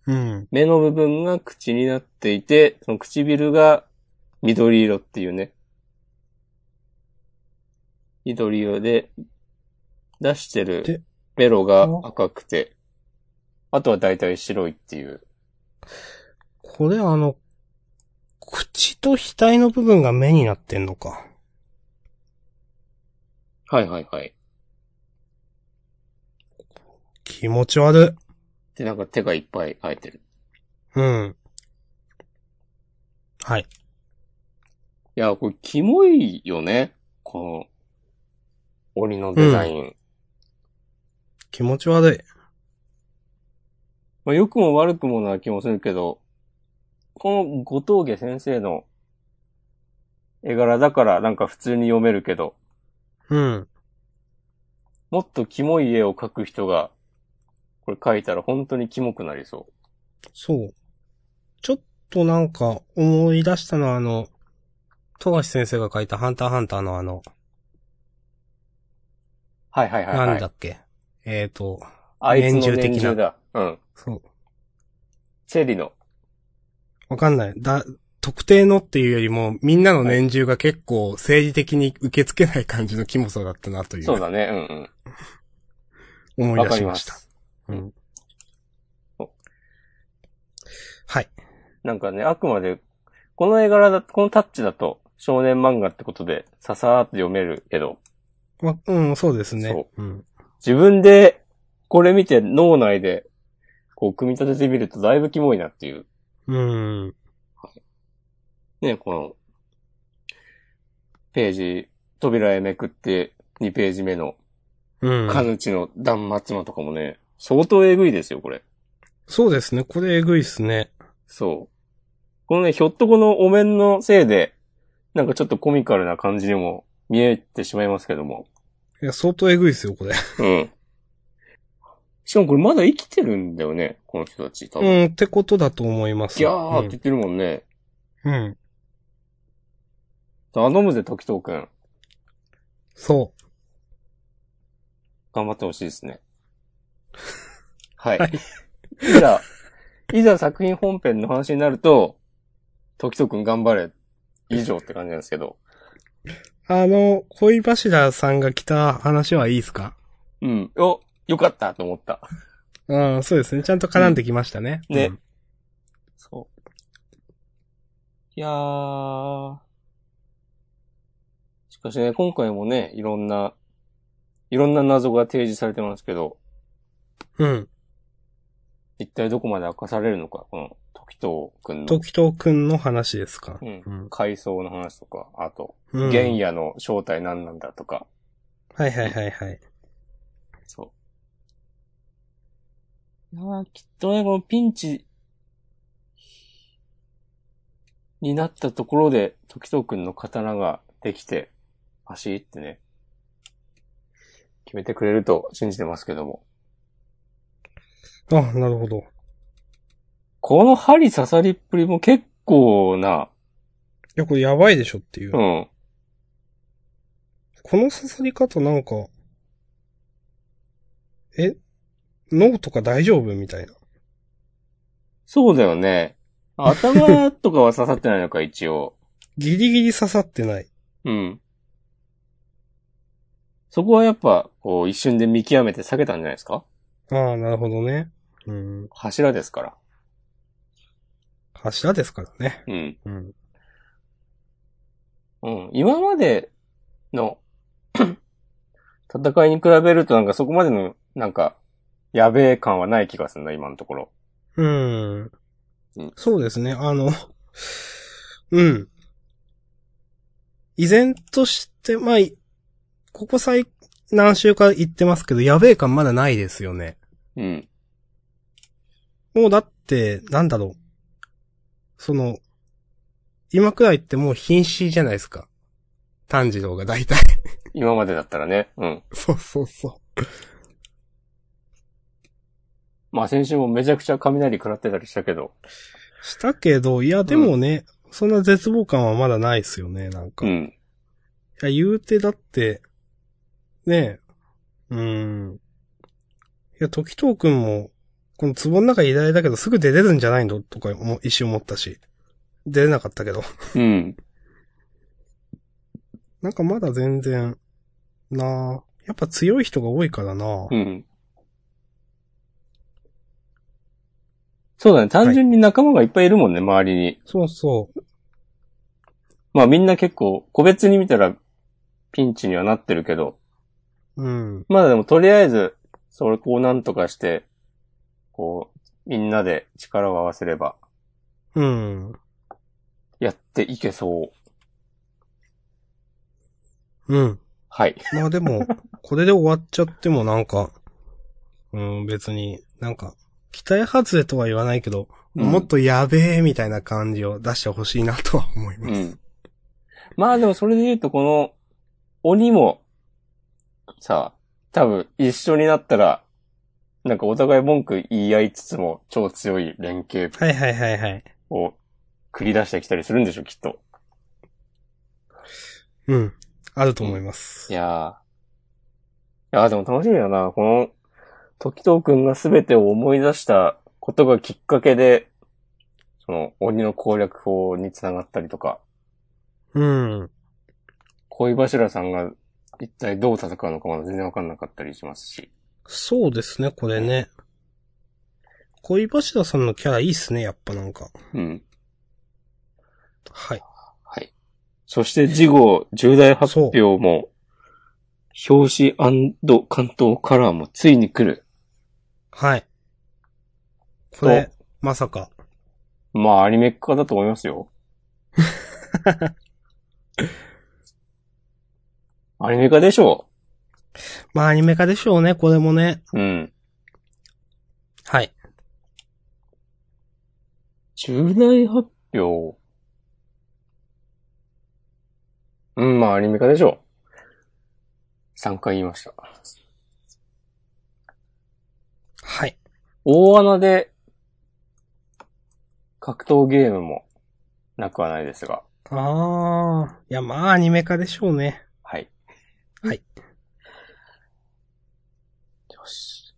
うん。目の部分が口になっていて、その唇が緑色っていうね。緑色で、出してでるベロが赤くて、あとは大体白いっていう。これあの、口と額の部分が目になってんのか。はいはいはい。気持ち悪で、なんか手がいっぱい生えてる。い。うん。はい。いや、これキモいよね。この、鬼のデザイン。気持ち悪い。まあ、良くも悪くもな気もするけど、この後藤家先生の絵柄だからなんか普通に読めるけど、うん。もっとキモい絵を描く人が、これ描いたら本当にキモくなりそそう。ちょっとなんか思い出したのはあの、富樫先生が書いたハンターハンターのあの、う。はいはいはい、はい。なんだっけ。えーと、あいつの年中的年な中だ。うん。そう。チェリの。わかんない。だ、特定のっていうよりも、みんなの年中が結構政治的に受け付けない感じのキモさだったなといそううだね。うんうん。思わい出かしりまました。す。うんお。はい。なんかね、あくまで、この絵柄だ、このタッチだと少年漫画ってことでささーっと読めるけど、ま、うん、そうですね。。そうん。自分で、これ見て脳内で、こう、組み立ててみるとだいぶキモいなっていう。うん。ね、この、ページ、扉へめくって、2ページ目の、うん。カヌチの断末魔とかもね、相当えぐいですよ、これ。そうですね。これえぐいっすね。そう。このね、ひょっとこのお面のせいで、なんかちょっとコミカルな感じにも見えてしまいますけども。いや、相当えぐいっすよ、これ。うん。しかもこれまだ生きてるんだよね、この人たち。多う分。ん、ってことだと思います。ギャーって言ってるもんね。うん。うん。頼むぜ、時藤くん。そ頑張ってほしいですね。はい。、はいざ、いざ作品本編の話になると、時藤くん頑張れ。以上って感じなんですけど。う。あの、恋柱さんが来た話はいいっすかうん。お、よかったと思った。うん、そうですね。ちゃんと絡んできましたね。うんねうんそう。いやー。しかしね、今回もね、いろんな、いろんな謎が提示されてますけど、うん。一体どこまで明かされるのか、この時藤くんの、時藤くんの話ですか。うんうん。回想の話とか、あと、うん原野の正体何なんだとか。はいはいはいはい。そう。いやーきっとね、このピンチになったところで、時藤くんの刀ができて、パシーってね、決めてくれると信じてますけども。あ、なるほど。この針刺さりっぷりも結構な、いや、これやばいでしょっていう。うん。この刺さり方なんか、え、脳とか大丈夫みたいな。そうだよね。頭とかは刺さってないの か、一応。ギリギリ刺さってない。うん。そこはやっぱ、こう、一瞬で見極めて避けたんじゃないですかああ、なるほどね。うん。柱ですから。柱ですからね。うん。うん。うん。今まで の戦いに比べるとなんかそこまでの、なんか、やべえ感はない気がするな、今のところ。うんうん。そうですね、あの、 うん。依然として、まあ、いここ最、何週か言ってますけど、やべえ感まだないですよね。うん。もうだって、なんだろう。その、今くらいってもう瀕死じゃないですか。炭治郎が大体。 今までだったらね。うん。そうそうそまあ先週もめちゃくちゃ雷食らってたりしたけど。う。したけど、いやでもね、そんな絶望感はまだないですよね、なんか。ういん。や、言うてだって、ねえ、うーん。いや、時藤くんも、この壺の中にいられたけど、すぐ出れるんじゃないのとかも、一瞬思ったし。出れなかったけど。 うん。なんかまだ全然、なあやっぱ強い人が多いからなあうん。そうだね。単純に仲間がいっぱいいるもんね、周りに。そうそう。まあみんな結構、個別に見たらピンチにはなってるけど、うん。まあでもとりあえず、それこうなんとかして、こう、みんなで力を合わせれば、うん。やっていけそう。うん。はい。まあでも、これで終わっちゃってもなんか、うん、別に、なんか、期待外れとは言わないけど、うんもっとやべえみたいな感じを出してほしいなとは思います。うん。 まあでもそれで言うと、この、鬼も、さあ、多分一緒になったら、なんかお互い文句言い合いつつも、超強い連携はいはいはいはい。を繰り出してきたりするんでしょ、きっと。うん。あると思います。いやー。いやーでも楽しみだな。この、時藤くんが全てを思い出したことがきっかけで、その、鬼の攻略法につながったりとか、うん。恋柱さんが一体どう戦うのかまだ全然わかんなかったりしますし。そうですね、これね。恋柱さんのキャラいいっすね、やっぱなんか。うん。はい。はい。そして、次号重大発表も、表紙関東カラーもついに来る。はい。これ、まさか。まあ、アニメ化だと思います よ。アニメ化でしょまあアニメ化でしょうね、これもね。う。うん。はい。重大発表。うん、まあ、アニメ化でしょう。3回言いました。はい。大穴で、格闘ゲームも、なくはないですが。ああ、いや、まあ、アニメ化でしょうね。はい。はい。よし。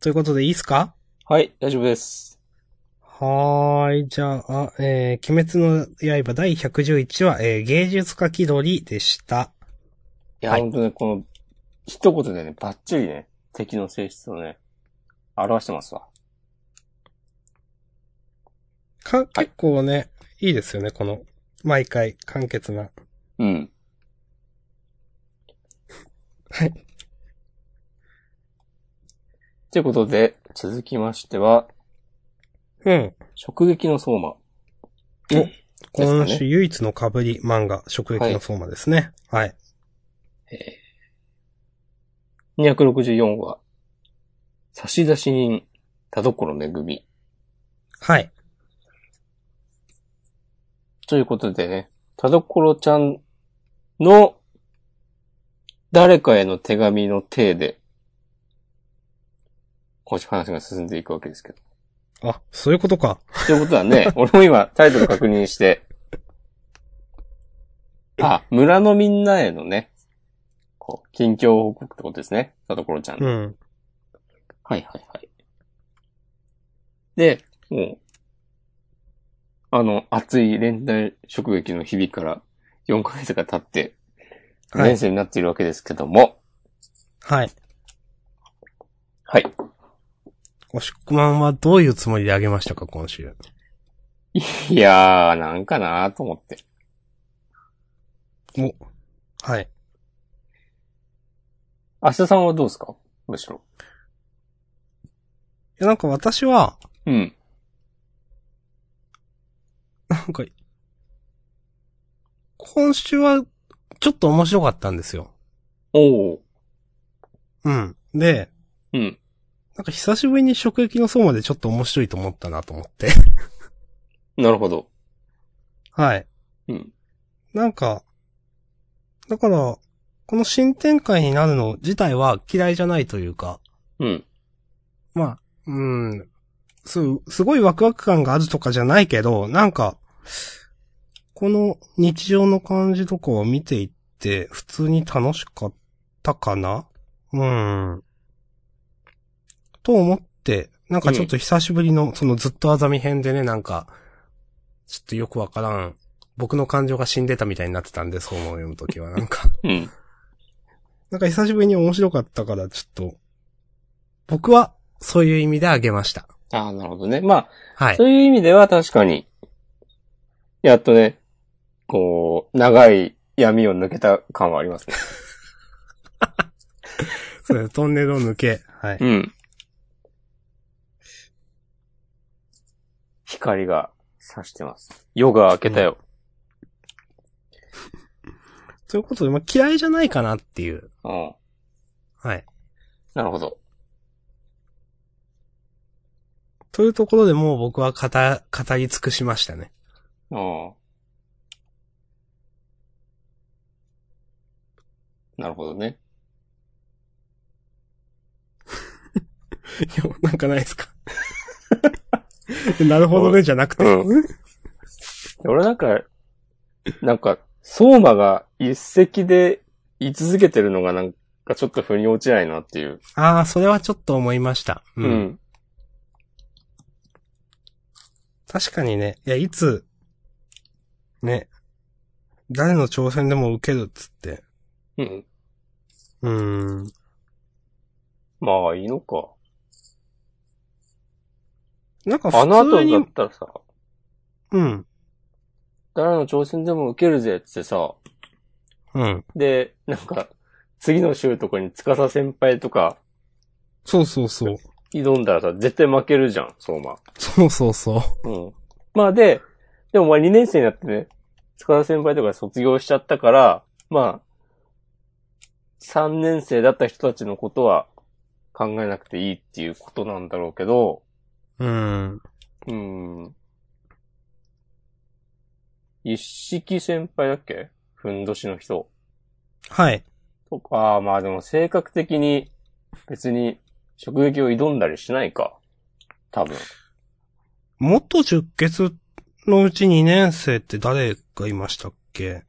ということで、いいっすかはい、大丈夫です。はーい。じゃあ、えー、鬼滅の刃第111話、えー、芸術家気取りでした。いや、はい本当ね、この、一言でね、バッチリね、敵の性質をね、表してますわ。か、結構ね、いいですよね、この、毎回、簡潔な。うん。はい。ということで、続きましては、うん。直撃の相馬。ですか今ね週唯一の被り漫画、食撃の相馬ですね。はい。 264話。差出人、田所めぐみ。はい。ということでね、田所ちゃんの誰かへの手紙の体で、こうして話が進んでいくわけですけど。あ、そういうことか。ということは ね、俺も今タイトル確認して、あ、村のみんなへのね、こう、近況報告ってことですね。田所ちゃんのうん。はいはいはい。で、もう、あの、熱い連帯職撃の日々から4ヶ月が経って、2はい年。生になっているわけですけども、はい。はい。おしっこまんはどういうつもりであげましたか、今週。い、やー、なんかなーと思って。はい。明日さんはどうですかむしろ。や、なんか私は、うん。なんか、今週は、ちょっと面白かったんですよ。おお。うん。で、うん。なんか久しぶりに食撃の層までちょっと面白いと思ったなと思って。なるほど。はい。うん。なんか、だから、この新展開になるの自体は嫌いじゃないというか、うん。まあ、うん、す、すごいワクワク感があるとかじゃないけど、なんか、この日常の感じとかを見ていって、普通に楽しかったかなうん。と思って、なんかちょっと久しぶりの、そのずっとあざみ編でね、なんか、ちょっとよくわからん、僕の感情が死んでたみたいになってたんで、そう思を読むときは、なんか。 うん。なんか久しぶりに面白かったから、ちょっと、僕は、そういう意味であげました。ああ、なるほどね。まはあ、いそ。ういう意味では確かに、やっとね、こう、長い闇を抜けた感はありますね。それトンネルを抜け。はい。うん。光が差してます。夜が明けたよ。ということで、まあ、嫌いじゃないかなっていう。うん。はい。なるほど。というところでもう僕は語、語り尽くしましたね。 うん。なるほどね。いや、なんかないですか なるほどね、じゃなくて。うん俺なんか、なんか、相馬が一石で居続けてるのがなんかちょっと腑に落ちないなっていう。ああ、それはちょっと思いました。うん。うん。確かにね、いや、いつ、ね、誰の挑戦でも受けるっつって。うん。うーん。まあいいのか。なんかあの普後通にだっ、たらさ、うん。誰の挑戦でも受けるぜっつってさ、うん。で、なんか、次の週とかに司先輩とかそうそうそう。挑んだらさ、絶対負けるじゃん、相馬。そうそうそう。うん。まあで、でもまあ2年生になってね、塚田先輩とか卒業しちゃったから、まあ、3年生だった人たちのことは考えなくていいっていうことなんだろうけど、うん。うん。一式先輩だっけふんどしの人。はい。とか、まあでも性格的に別に職撃を挑んだりしないか。多分。元十血のうち2年生って誰がいましたっけ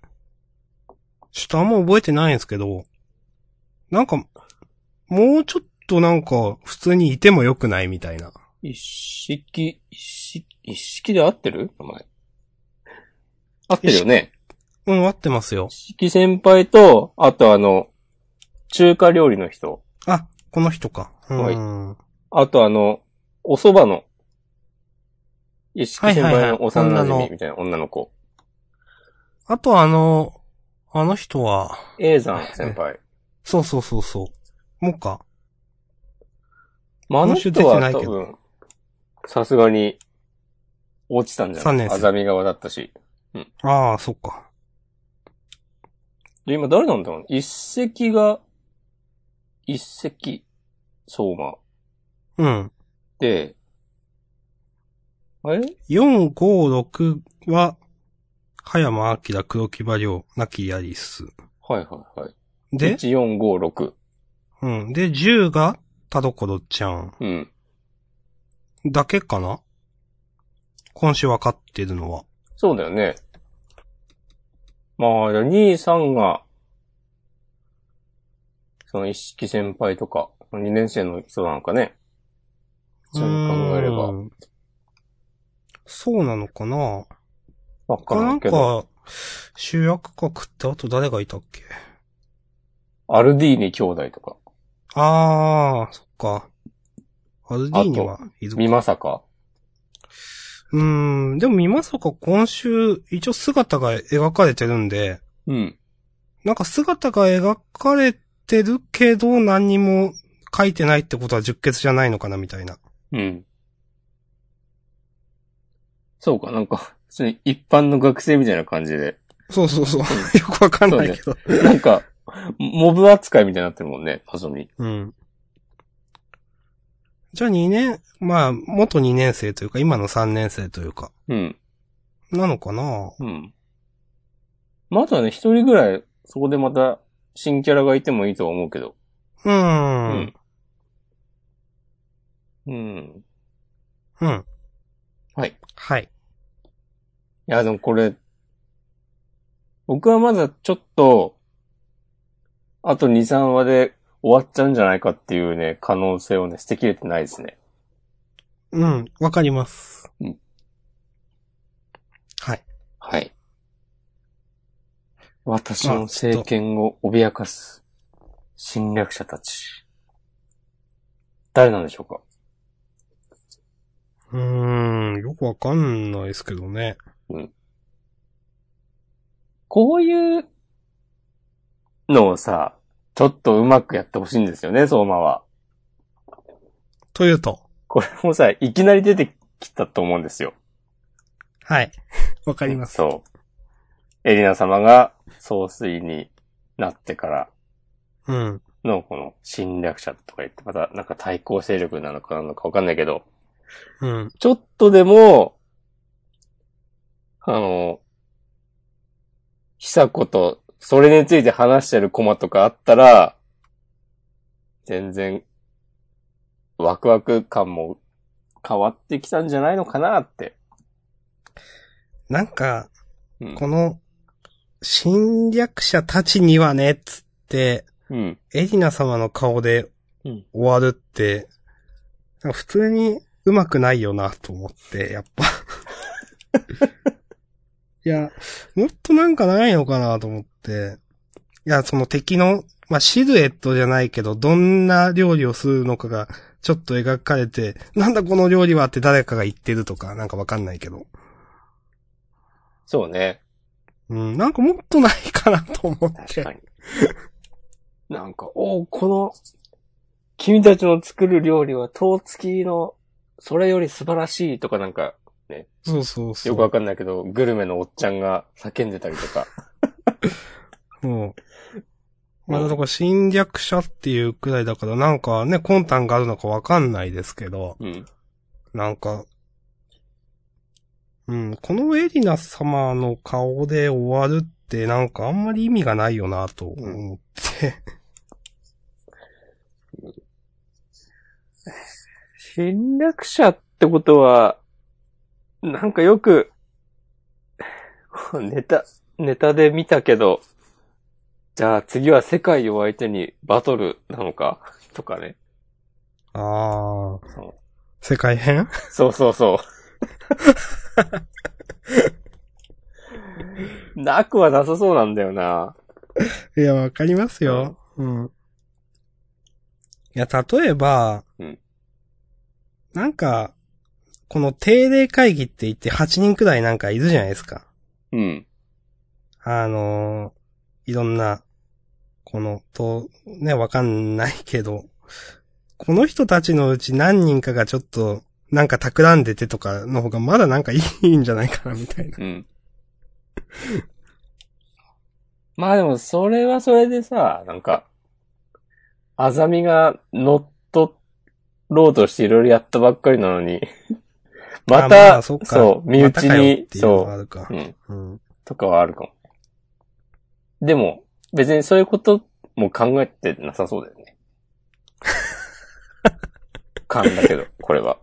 ちょっとあんま覚えてないんですけど、なんか、もうちょっとなんか、普通にいてもよくないみたいな。一式、一式、一式で合ってる名前。合ってるよね。うん、合ってますよ。一式先輩と、あとあの、中華料理の人。あ、この人か。うはいん。はあとあの、お蕎麦の、一式先はいはい輩はいの幼馴女の染みたいな女の子。あとあの、あの人は、 A さん先輩。そうそうそうそう。もうか。まあ、あの人この人出てなはい多けど分、さすがに、落ちたんじゃ三ない年生あざみ側だったし。ああ、そっか。で、今誰なんだろう一石が、一石、相馬。うん。で、あれ4、5、6は、葉山明、黒木場亮、亡きヤリス。はいはいはい。で、 ?1456。うん。で、10が、田所ちゃん。うん。だけかな今週わかってるのは。そうだよね。まあ、じゃあ2、3が、その一式先輩とか、2年生の人なのかね。そう考えればうーん。そうなのかなわか他らなないんけど。か、主役格ってあと誰がいたっけアルディーニ兄弟とか、あー、そっか。アルディーニはいるか美まさか。うーん、でも見まさか今週、一応姿が描かれてるんで、うん。なんか姿が描かれてるけど何にも書いてないってことは十血じゃないのかなみたいな。うん。そうか、なんか、普通に一般の学生みたいな感じで。そうそうそう。 よくわかんないけど。なんか、モブ扱いみたいになってるもんね、謎に。うん。じゃあ2年、まあ、元2年生というか、今の3年生というか、うん。なのかなうん。まあ、あとはね、一人ぐらい、そこでまた、新キャラがいてもいいとは思うけど。ううーん。。うん。うん。はい。はい。いや、でもこれ、僕はまだちょっと、あと2、3話で終わっちゃうんじゃないかっていうね、可能性をね、捨てきれてないですね。うん。わかります。うんはい。はい。私の政権を脅かす侵略者たち。誰なんでしょうかうーん。よくわかんないですけどね。こういうのをさ、ちょっとうまくやってほしいんですよね、相馬は。というと。これもさ、いきなり出てきたと思うんですよ。はい。 わかります。そう。エリナ様が総帥になってからうん。のこの侵略者とか言って、またなんか対抗勢力なのかなのかわかんないけど、うん。ちょっとでも、あの、久子と、それについて話してるコマとかあったら、全然、ワクワク感も変わってきたんじゃないのかなって。なんか、うん。この、侵略者たちにはね、つって、うん。エリナ様の顔でうん終わるって、なんか普通に上手くないよなと思って、やっ ぱ。いや、もっとなんかないのかなと思って。いや、その敵の、まあ、シルエットじゃないけど、どんな料理をするのかが、ちょっと描かれて、なんだこの料理はって誰かが言ってるとか、なんかわかんないけど。そうね。うん、なんかもっとないかなと思っ確てか。に。なんか、おうこの、君たちの作る料理は、唐付きの、それより素晴らしいとかなんか、そうそうそう。よくわかんないけど、グルメのおっちゃんが叫んでたりとか。もう。まあだから侵略者っていうくらいだから、なんかね、魂胆があるのかわかんないですけど、うん。なんか、うん、このエリナ様の顔で終わるって、なんかあんまり意味がないよなと思って。侵略者ってことは、なんかよく、 ネタ、ネタで見たけど、じゃあ次は世界を相手にバトルなのかとかね。ああそう。世界編そうそう そう。なくはなさそうなんだよな。 いや、わかりますよ。うん。いや、例えば、うんなんか、この定例会議って言って8人くらいなんかいるじゃないですか。うん。あのーいろんな、この、と、ね、わかんないけど、この人たちのうち何人かがちょっと、なんか企んでてとかの方がまだなんかいいんじゃないかな、みたいな。うん。まあでも、それはそれでさ、なんか、あざみが乗っ取ろうとしていろいろやったばっかりなの に、まあた、あそそっかう、身内またかよっに、ていうのがあそるかう、う。ん、うん。とかはあるかも。でも、別にそういうことも考えてなさそうだよ ね。勘だけど、これは。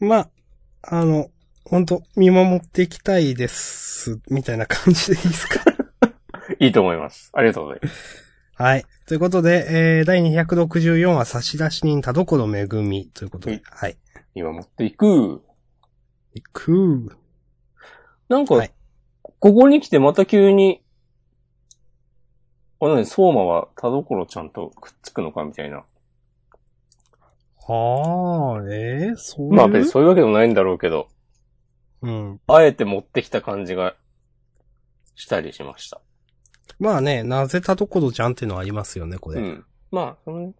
まあ、あの、ほんと、見守っていきたいです、みたいな感じでいいですか。 いいと思います。ありがとうございます。はい。ということで、えー、第264話差出人田所めぐみということはでい、はい。今持っていく。いくー。なんか、はいここに来てまた急に、あ、なに、相馬は田所ちゃんとくっつくのかみたいな。はあ、えー、そういう。まあ別にそういうわけでもないんだろうけど、うん。あえて持ってきた感じがしたりしました。まあね、なぜたところじゃんっていうのはありますよね、こうれ。うん。ん。まあ、その、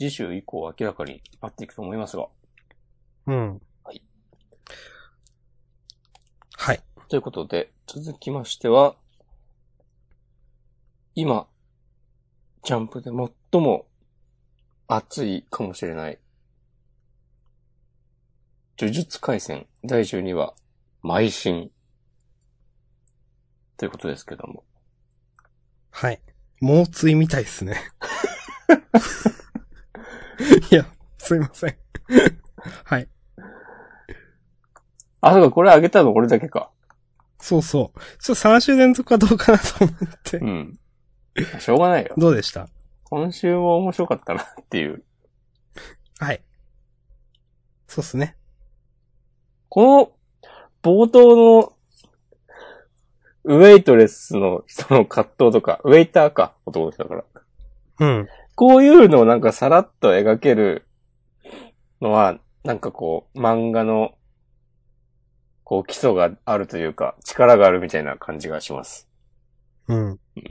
次週以降明らかにあっていくと思いますが。ははいい。はい。ということで、続きましては、今、ジャンプで最も熱いかもしれない、呪術回戦第12話、邁進。ということですけども。はい。猛追みたいで すね。いや、すいません。はい。あ、そうか、これあげたの俺だけか。そうそう。ちょっと3週連続はどうかなと思ってう。ん。しょうがないよ。どうでした今週も面白かったなっていう。はい。そうっすね。この、冒頭の、ウェイトレスの人の葛藤とか、ウェイターか、男の人だから。うん。こういうのをなんかさらっと描けるのは、なんかこう、漫画の、こう、基礎があるというか、力があるみたいな感じがします。うん。い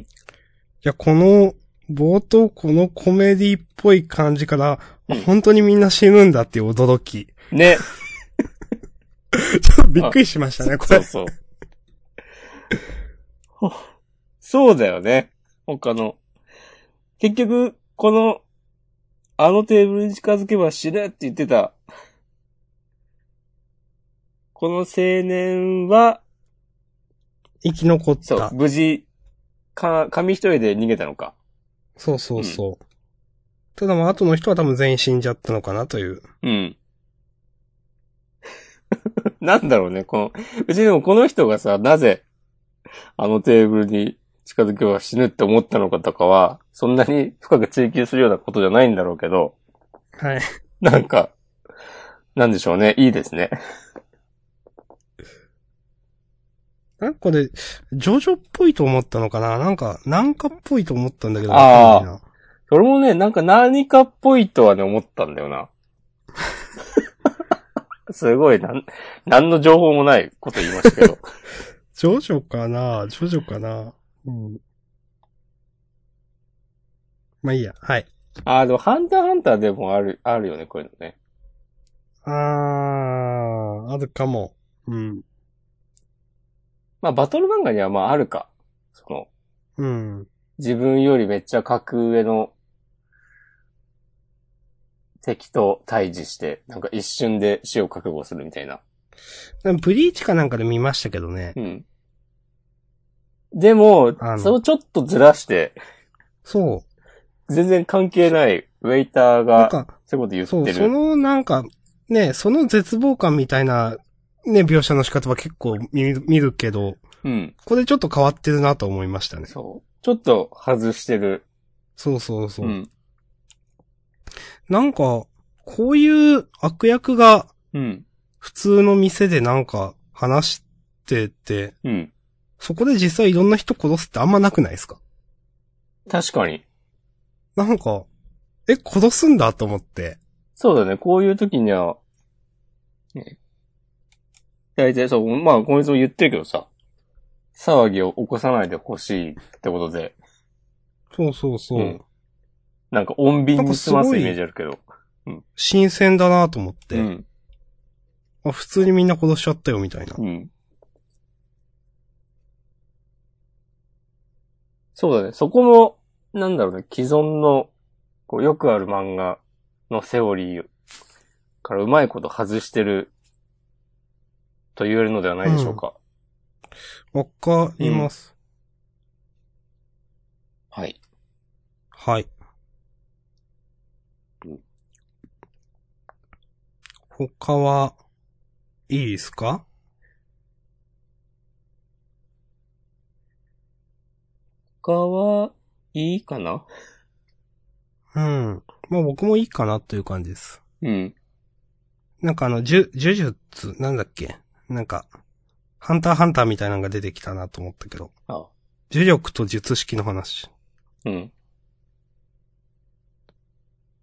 や、この、冒頭このコメディっぽい感じから、うん本当にみんな死ぬんだっていう 驚き。ね。ちょっとびっくりしましたね、こそうれ。そう。ほ そうだよね。他の。結局、この、あのテーブルに近づけば死ぬって言ってた。この青年は、生き残った。そ、そうう無事、か、紙一重で逃げたのか。そうそうただまあ、後の人は多分全員死んじゃったのかなという。うん。 なんだろうね、この、うちでもこの人がさ、なぜ、あのテーブルに近づけば死ぬって思ったのかとかは、そんなに深く追求するようなことじゃないんだろうけど、はい。なんか、なんでしょうね、いいですね。なんかこれ、ジョジョっぽいと思ったのかななんか、なんかっぽいと思ったんだけど、あーわかんないなそれもね、なんか何かっぽいとはね、思ったんだよな。 すごい、なん、何の情報もないこと言いましたけど。ジョジョかなジョジョかなうん。まあいいや、はい。ああ、でも、ハンターハンターでもある、あるよね、こういうのね。あー、あるかも。うん。まあ、バトル漫画にはまああるか。その、うん。自分よりめっちゃ格上の敵と対峙して、なんか一瞬で死を覚悟するみたいな。なんかブリーチかなんかで見ましたけどね。うん。でもあの、それをちょっとずらして、そ全然関係ないウェイターう。なが、んか、そういうこと言ってそる。う、そのなんか、ね、その絶望感みたいな、ね、描写の仕方は結構見る見るけど、うん。これちょっと変わってるなと思いましたね。そう。ちょっと外してる。そうそうそうう。ん。なんか、こういう悪役がうん。普通の店でなんか話してて、うん。そこで実際いろんな人殺すってあんまなくないですか確かに。なんか、え、殺すんだと思って。そうだね、こういう時には、ね。大体そう、まあ、こいつも言ってるけどさ、騒ぎを起こさないでほしいってことで、そうそうそう。うんなんか穏便に済まなんかすごすいイメージあるけど。新鮮だなと思って、うん。あ。普通にみんな殺しちゃったよみたいな。うん。そうだね、そこも、なんだろうね、既存の、こう、よくある漫画のセオリーからうまいこと外してる、と言えるのではないでしょうか。わかります。はい。はいうん。他は、いいですか他は、いいかなうん。まあ僕もいいかなという感じです。うん。なんかあの、じゅ、呪術、なんだっけなんか、ハンターハンターみたいなのが出てきたなと思ったけど。あ呪力と術式の話。うん。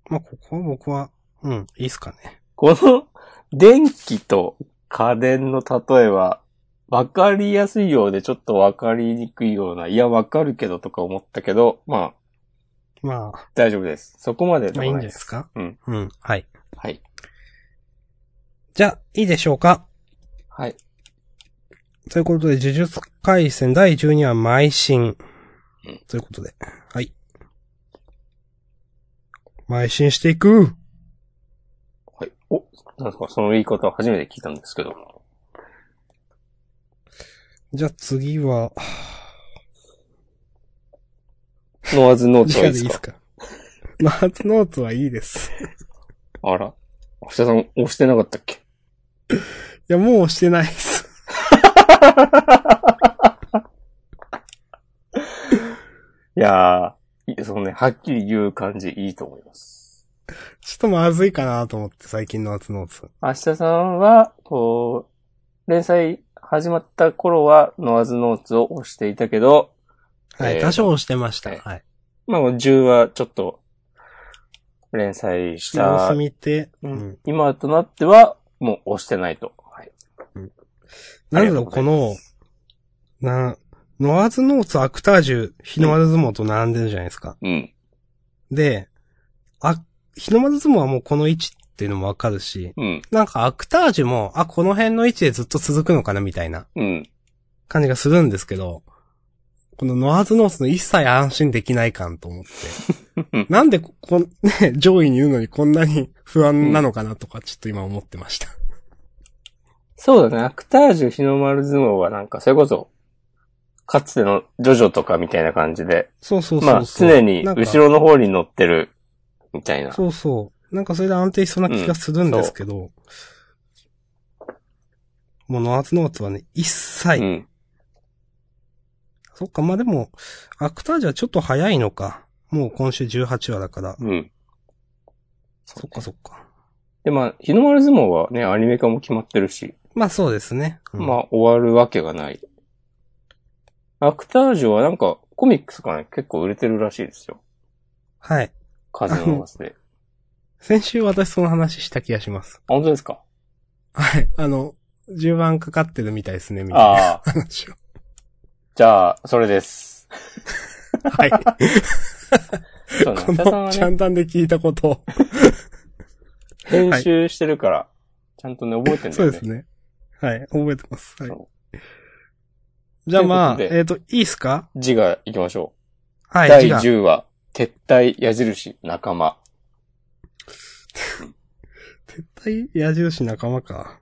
まあ、ここは僕は、うん、いいっすかね。この、電気と家電の例えは、わかりやすいようでちょっとわかりにくいような、いや、わかるけどとか思ったけど、ままああ、、大丈夫です。そこまでまもあいいんじゃないですかうん。うん。はい。はい。じゃあ、いいでしょうかはい。ということで、呪術回戦第12話、邁進うん。ということで、はい。邁進していくはい。お、なんですか、その言い方は初めて聞いたんですけど。じゃあ次は、ノアズノート次はいい回でですいいかですかマーツノーツはいいです。あら。明日さん押してなかったっけいや、もう押してないです。いやー、いそのね、はっきり言う感じいいと思います。ちょっとまずいかなと思って、最近のマーツノーツ。明日さんは、こう、連載始まった頃は、ノアズノーツを押していたけど、はえい、ー多少押してました。はいはい。まあ、10はちょっと、連載し様た子、見て、ううんん。今となっては、もう押してないと。はい。なんだろう、この、な、ノアズノーツ、アクタージュ、日の丸相撲と並んでるじゃないですか。うん。で、あ、日の丸相撲はもうこの位置っていうのもわかるし、うん。なんかアクタージュも、あ、この辺の位置でずっと続くのかなみたいなうん。感じがするんですけど、このノアズノーツの一切安心できない感と思 って。なんでこ、こん、ね、上位にいるのにこんなに不安なのかなとか、ちょっと今思ってました。そうだね。アクタージュ日の丸相撲はなんか、それこそ、かつてのジョジョとかみたいな感じで、そうそうまそあ、うそう。常になんか後ろの方に乗ってる、みたいな。そうそう。なんかそれで安定しそうな気がするんですけど、もうノアズノーツはね、一切、うん。そっか、まあでも、アクタージュはちょっと早いのか。もう今週18話だから。うん。そっかそっか。で、まあ、日の丸相撲はね、アニメ化も決まってるし、まあそうですね。うんまあ、終わるわけがない。アクタージュはなんか、コミックスがね、結構売れてるらしいですよ。はい。風の合わせ で。先週私その話した気がします。あ本当ですかはい。あの、10番かかってるみたいですね、みたいなああ、話を。じゃあ、それです。 はい。そうね、こ北さんの、はちゃね、んたんで聞いたことを。編集してるから、ちゃんとね、覚えてるんだそようねです。ね。はい。覚えてます。はいそ。じゃあまあ、ということでえっ、と、いいっすか字が行きましょはう。い。第じゃあ10話、撤退矢印仲間。絶対矢印仲間か。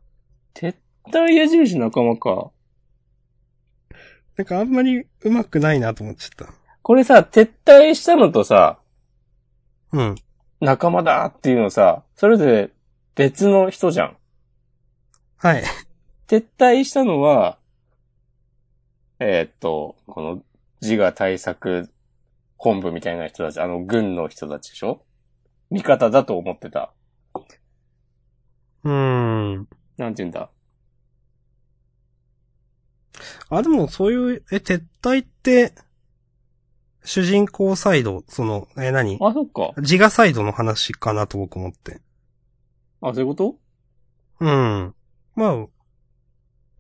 撤退矢印仲間か。なんかあんまりうまくないなと思っちゃっこれさ、撤退したのとさ、た。うん。仲間だっていうのさ、それぞれ別の人じゃん。はい。撤退したのは、えーっと、この、自我対策本部みたいな人たち、あの、軍の人たちでしょ味方だと思ってた。うーん。なんて言うんだ。あ、でもそういう、え、撤退って、主人公サイド、その、え、何あ、そっか。自我サイドの話かなと僕思って。あ、そういうことうん。まあ、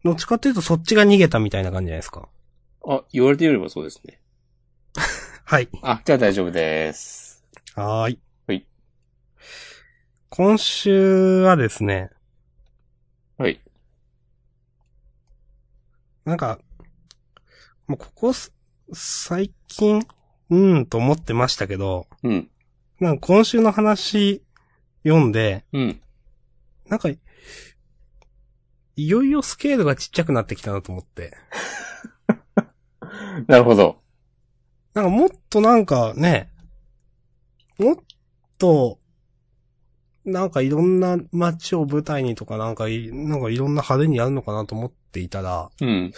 どっちかっていうとそっちが逃げたみたいな感じじゃないですか。あ、言われてみればそうですね。はい。あ、じゃあ大丈夫です。はーい。はい。今週はですね、はい。なんか、もうここす、最近、うーんと思ってましたけど、うん。なんか今週の話読んで、うん。なんか、いよいよスケールがちっちゃくなってきたなと思って。なるほど。なんかもっとなんかね、もっと、なんかいろんな街を舞台にとかなんかい、なんかいろんな派手にやるのかなと思っていたら、うん。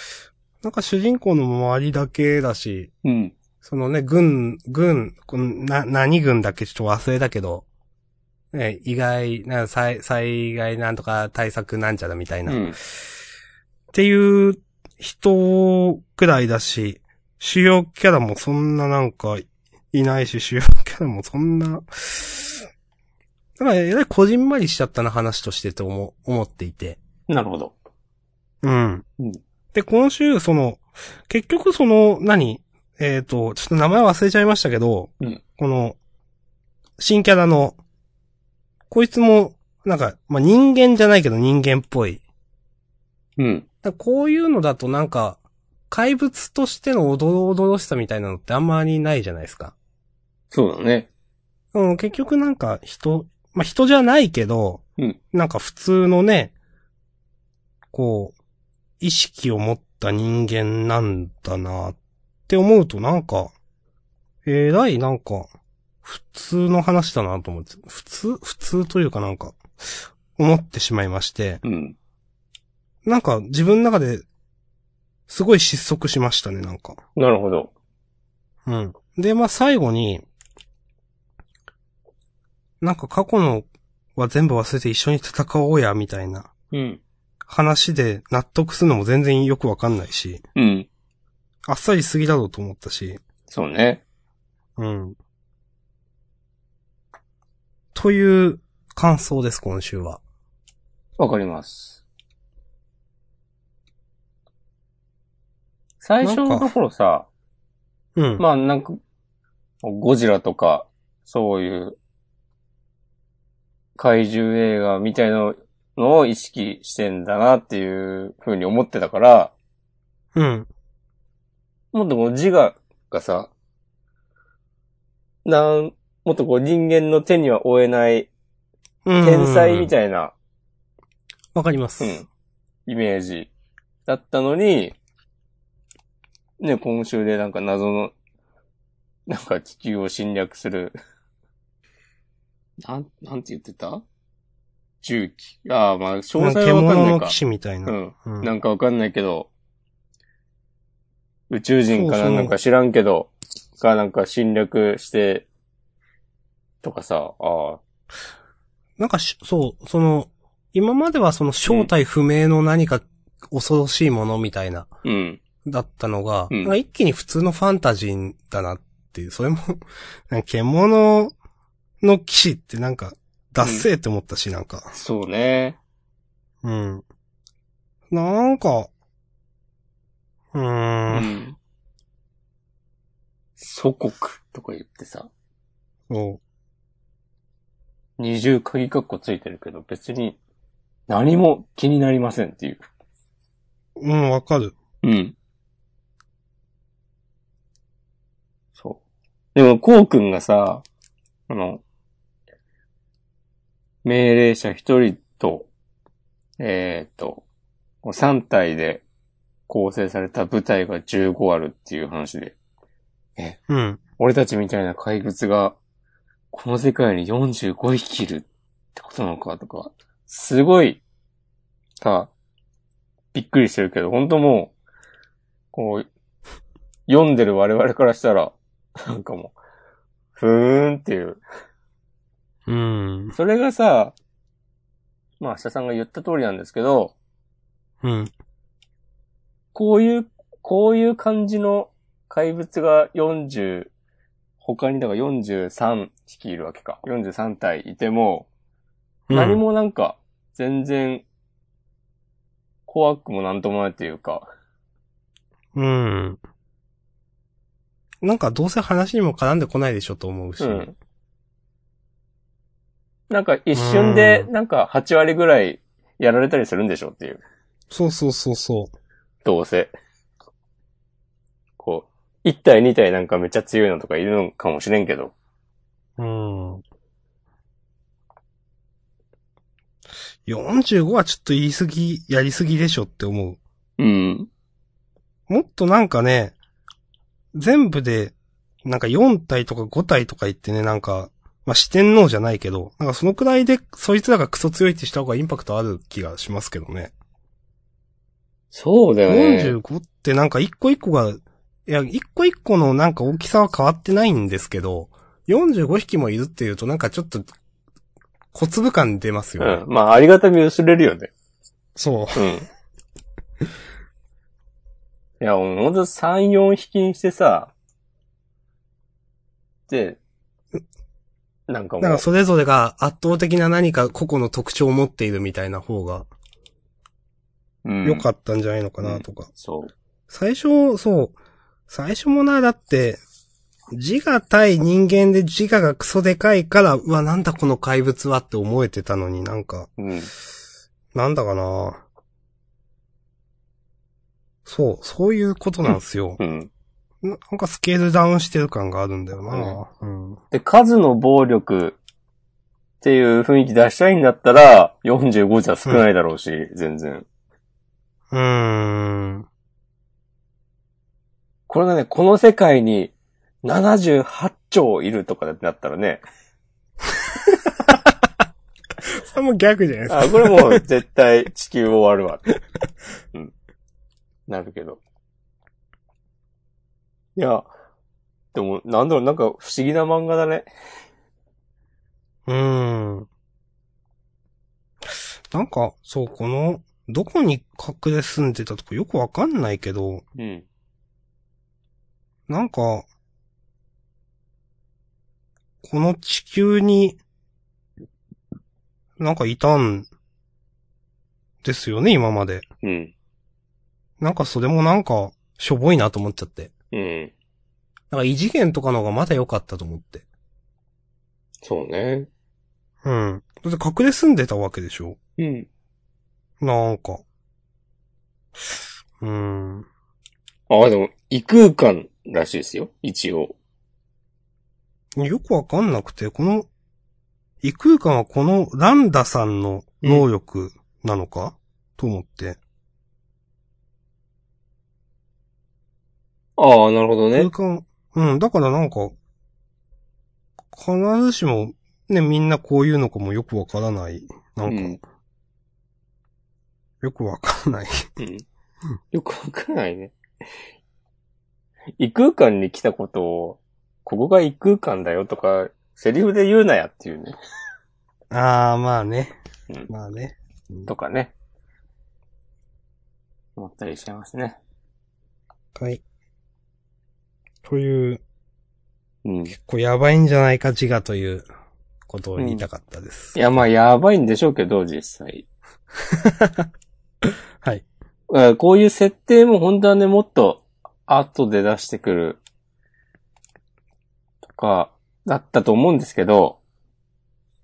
なんか主人公の周りだけだし、うん。そのね、軍、軍、こんな、何軍だっけちょっと忘れたけど、ね、意外、な、災、災害なんとか対策なんちゃらみたいうな。ん。っていう人くらいだし、主要キャラもそんななんかいないし、主要キャラもそんな、なんかえらいこじんまりしちゃったな話としてと思思っていて。なるほど。うん。うんで、今週、その、結局その、何えっ、と、ちょっと名前忘れちゃいましたけど、うんこの、新キャラの、こいつも、なんか、まあ、人間じゃないけど人間っぽい。うん。だからこういうのだとなんか、怪物としてのおどろおどろしさみたいなのってあんまりないじゃないですか。そうだね。うん、結局なんか人、まあ、人じゃないけど、うんなんか普通のね、こう、意識を持った人間なんだなって思うとなんか、えらいなんか、普通の話だなと思って、普通、普通というかなんか、思ってしまいまして、うん。なんか自分の中で、すごい失速しましたね、なんか。なるほど。うん。で、まあ、最後に、なんか過去のは全部忘れて一緒に戦おうや、みたいなうん。話で納得するのも全然よくわかんないし、うん。あっさりすぎだろうと思ったし、そうね。うん。という感想です、今週は。わかります。最初のところさ、うん。まあなんか、ゴジラとか、そういう、怪獣映画みたいなのを意識してんだなっていう風に思ってたから、うん。もっとこう自我がさ、なん、もっとこう人間の手には負えないうん。天才みい。たいな、わかります。うん、イメージだったのに、ね、今週でなんか謎の、なんか地球を侵略する、なん、なんて言ってた重機。ああ、まあ、詳なん細かはわかん獣ないのか騎。士みたいな。う。うんんなんかわかんないけど、宇宙人かそうなそうなんか知らんけど、がなんか侵略して、とかさ、ああ、なんかし、そう、その、今まではその正体不明の何か恐ろしいものみたいな、うん、だったのが、うんなんか一気に普通のファンタジーだなっていう、それも、 なんか獣の騎士ってなんか、ダッセーって思ったし、なんか。そうね。うん。なんか、ううーん、ん。祖国とか言ってさ、そ二重鍵括弧ついてるけど、別に何も気になりませんっていう。う。うん、わかる。うん。そう。でも、こうくんがさ、あの、命令者一人と、えっ、と、三体で構成された部隊が15あるっていう話で、うん。俺たちみたいな怪物が、この世界に45匹いるってことなのかとか、すごい、さ、びっくりしてるけど、本当もう、こう、読んでる我々からしたら、なんかもう、ふーんっていう。うん。それがさ、まあ、社さんが言った通りなんですけど、うん。こういう、こういう感じの怪物が40、他にだから43匹いるわけか。43体いても、何もなんか、全然、怖くもなんともないというか、うん。なんかどうせ話にも絡んでこないでしょと思うし。うん。なんか一瞬で、うなんか8割ぐらいやられたりするんでしょっていう。そうそうそうそう。どうせ。こう、1体2体なんかめっちゃ強いのとかいるのかもしれんけど。うん。45はちょっと言い過ぎ、やりすぎでしょって思うん。う。もっとなんかね、全部で、なんか4体とか5体とか言ってね、なんか、まあ、四天王じゃないけど、なんかそのくらいで、そいつらがクソ強いってした方がインパクトある気がしますけどね。そうだよね。 45ってなんか一個一個が、いや、一個一個のなんか大きさは変わってないんですけど、45匹もいるっていうとなんかちょっと、小粒感出ますよね。うん。まあ、ありがたみ薄れるよね。そう。 うん。いや、もうほんと3、4匹にしてさ、で、なんかもなんうか、それぞれが圧倒的な何か個々の特徴を持っているみたいな方が、うん。良かっったんじゃないのかなとか。た。そう。最初、そう。最初もな、だって、自我対人間で自我がクソでかいから、うわ、なんだこの怪物はって思えてたのになんか、うん。なんだかなそう、そういうことなんです よ。うん。ななんかスケールダウンしてる感があるんだよな。うん。で、数の暴力っていう雰囲気出したいんだったら、45じゃ少ないだろうし、全然。うーん。これがね、この世界に78兆いるとかだったらね、それも逆じゃないですか。あ、これもう絶対地球終わるわって。うん。なるけど。いや、でも、なんだろう、なんか不思議な漫画だね。うーん。なんか、そう、この、どこに隠れ住んでたとかよくわかんないけど、うん。なんか、この地球に、なんかいたん、ですよね、今まで。うん。なんかそれもなんか、しょぼいなと思っちゃって。うん。なんか異次元とかの方がまだ良かったと思って。そうね。うん。だって隠れ住んでたわけでしょうん。なんか。うーん。あ、でも、異空間らしいですよ。一応。よくわかんなくて、この、異空間はこのランダさんの能力なのか、と思って。ああ、なるほどね空。間、うん、だからなんか、必ずしも、ね、みんなこういうのかもよくわからない。なんか、うんよくわからない。 うん。よくわからないね。異空間に来たことを、ここが異空間だよとか、セリフで言うなやっていうね。あー、まあね。うんまあね。とかね。思ったりしちゃいますね。はい。という、うん。い結構やばいんじゃないか、自我ということを言いたかったです。や、まあ、やばいんでしょうけど、実際。はい。えーこういう設定も本当はね、もっと後で出してくるとか、だったと思うんですけど、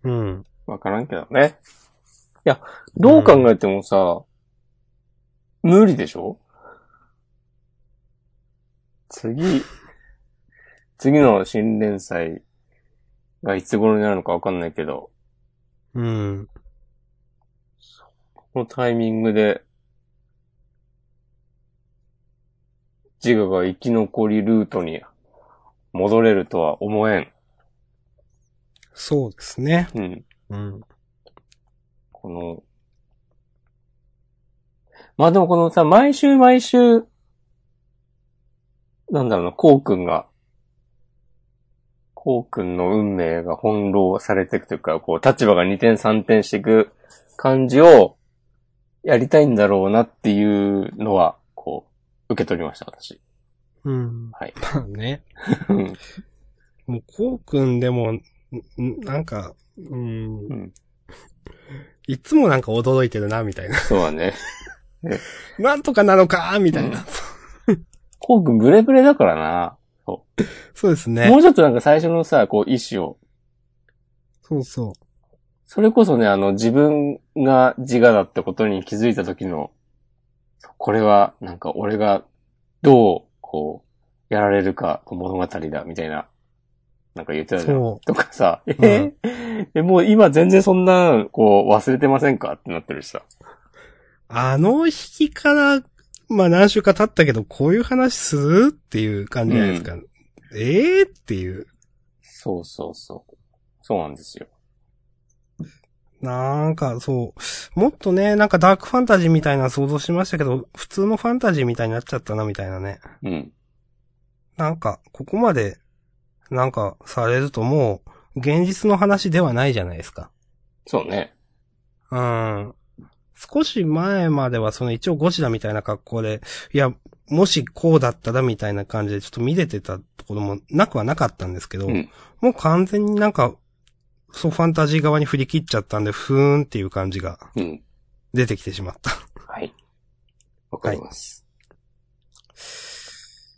うん。わからんけどね。いや、どう考えてもさ、無理でしょ次、次の新連載がいつ頃になるのかわかんないけど、うん。このタイミングで、ジガが生き残りルートに戻れるとは思えん。そうですね。うん。うん。この、まあでもこのさ、毎週毎週、なんだろうな、こうくんが、こうくんの運命が翻弄されていくというか、こう、立場が二転三転していく感じを、やりたいんだろうなっていうのは、こう、受け取りました、私。うん。はい。まあ ね。うんもう、こうくんでも、んんなんか、うんう。ん。いつもなんか驚いてるな、みたいな。 そうだね。なんとかなのかみたいな。こうくんブレブレだからな。そうですもね。うちょっとなんか最初のさ、こう、意思をそうそそれこそね、あの、自分が自我だってことに気づいた時の、これは、なんか俺がどう、こう、やられるか、物語だ、みたいな、なんか言ってう。たじゃん。そとかさ、え んーえもう今全然そんな、こう、忘れてませんかってなってるしさ。う。あの引きから、まあ何週か経ったけど、こういう話するっていう感じじゃないですか。ええー、っていう。そうそうそう。そうなんですよ。なんか、そう。もっとね、なんかダークファンタジーみたいな想像しましたけど、普通のファンタジーみたいになっちゃったな、みたいなね。うん。なんか、ここまで、なんか、されるともう、現実の話ではないじゃないですか。そうね。うん。少し前までは、その一応ゴジラみたいな格好で、いや、もしこうだったらみたいな感じでちょっと見れてたところもなくはなかったんですけど、うんもう完全になんか、そうファンタジー側に振り切っちゃったんで、ふーんっていう感じがうん。出てきてしまった。はい。わかります。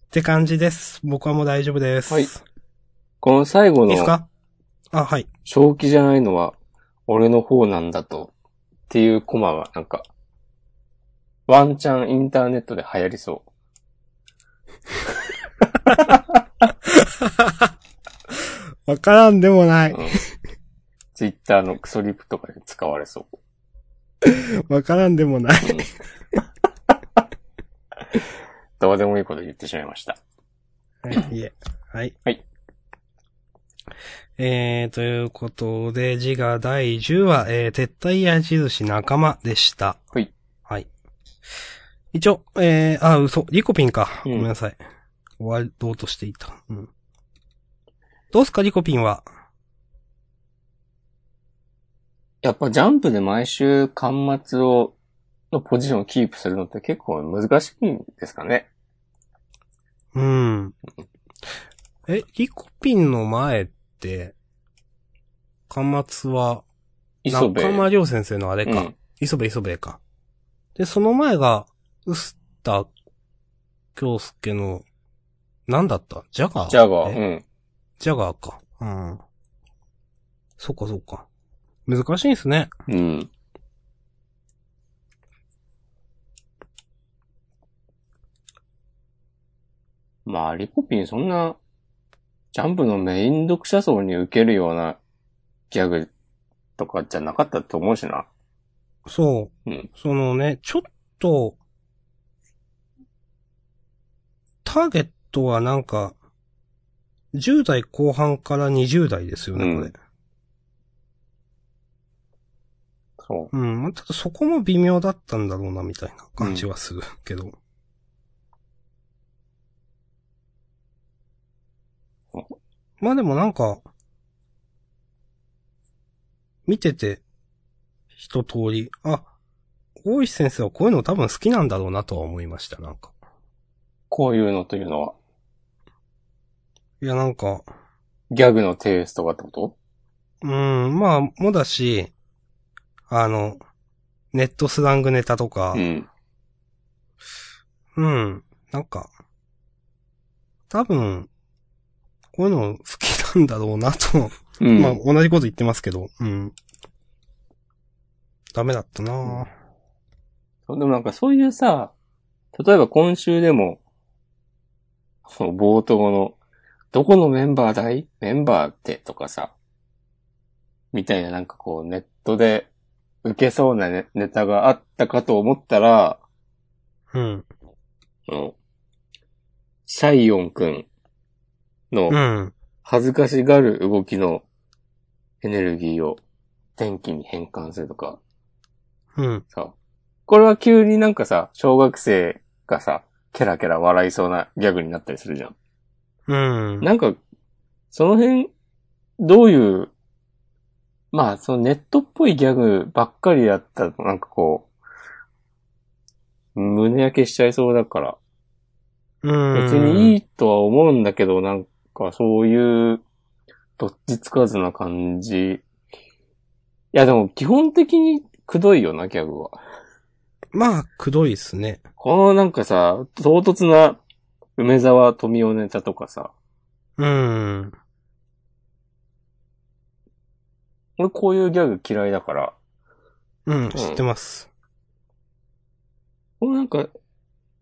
って感じです。僕はもう大丈夫です。はいいこの最後いですのかあ、はい。正気じゃないのは俺の方なんだとっていうコマはなんかワンチャンインターネットで流行りそう。わからんでもない。 ツイッターのクソリプとかで使われそう。わからんでもない。どうでもいいこと言ってしまいました。 はい、いえ。はい。はい。えー、ということで、字が第10話、えー、撤退矢印仲間でした。はい。はい。一応、えー、あ、嘘、リコピンか。うんごめんなさい。終わろうとしていた。うん。どうすか、リコピンは。やっぱジャンプで毎週巻末を、のポジションをキープするのって結構難しいんですかね。うん。え、リコピンの前って、巻末は、磯部。中間良先生のあれか。うん磯部磯部か。で、その前が、臼田京介の、なんだったジャガージャガー。うえん。ジャガーか。うん。そっかそっか。難しいですね。うん。まあ、リコピンそんな、ジャンプのメイン読者層に受けるようなギャグとかじゃなかったと思うしな。そう。うんそのね、ちょっと、ターゲットはなんか、10代後半から20代ですよね、これ。そうん、ただそこも微妙だったんだろうな、みたいな感じはするけど。まあでもなんか、見てて、一通り、あ、大石先生はこういうの多分好きなんだろうなとは思いました、なんか。う。こういうのというのは、いや、なんか、ギャグのテイストがってことうん、まあ、もだし、あの、ネットスラングネタとか、うん。うん。なんか、多分、こういうの好きなんだろうなと、うん。まあ同じこと言ってますけど、うん。ダメだったなぁそうでもなんかそういうさ、例えば今週でも、その冒頭の、どこのメンバーだいメンバーってとかさ、みたいななんかこうネットで受けそうなネネタがあったかと思ったら、うん。あのシャイオンくんのうん。恥ずかしがる動きのエネルギーを電気に変換するとか、うん。さ、これは急になんかさ、小学生がさ、ケラケラ笑いそうなギャグになったりするじゃん。うん。なんか、その辺、どういう、まあ、そのネットっぽいギャグばっかりやったら、なんかこう、胸焼けしちゃいそうだから、うん。別にいいとは思うんだけど、なんかそういう、どっちつかずな感じ。いや、でも基本的にくどいよな、ギャグは。まあ、くどいっすね。このなんかさ、唐突な梅沢富美男ネタとかさ、うん。俺こういうギャグ嫌いだから、うん、知ってます。このなんか、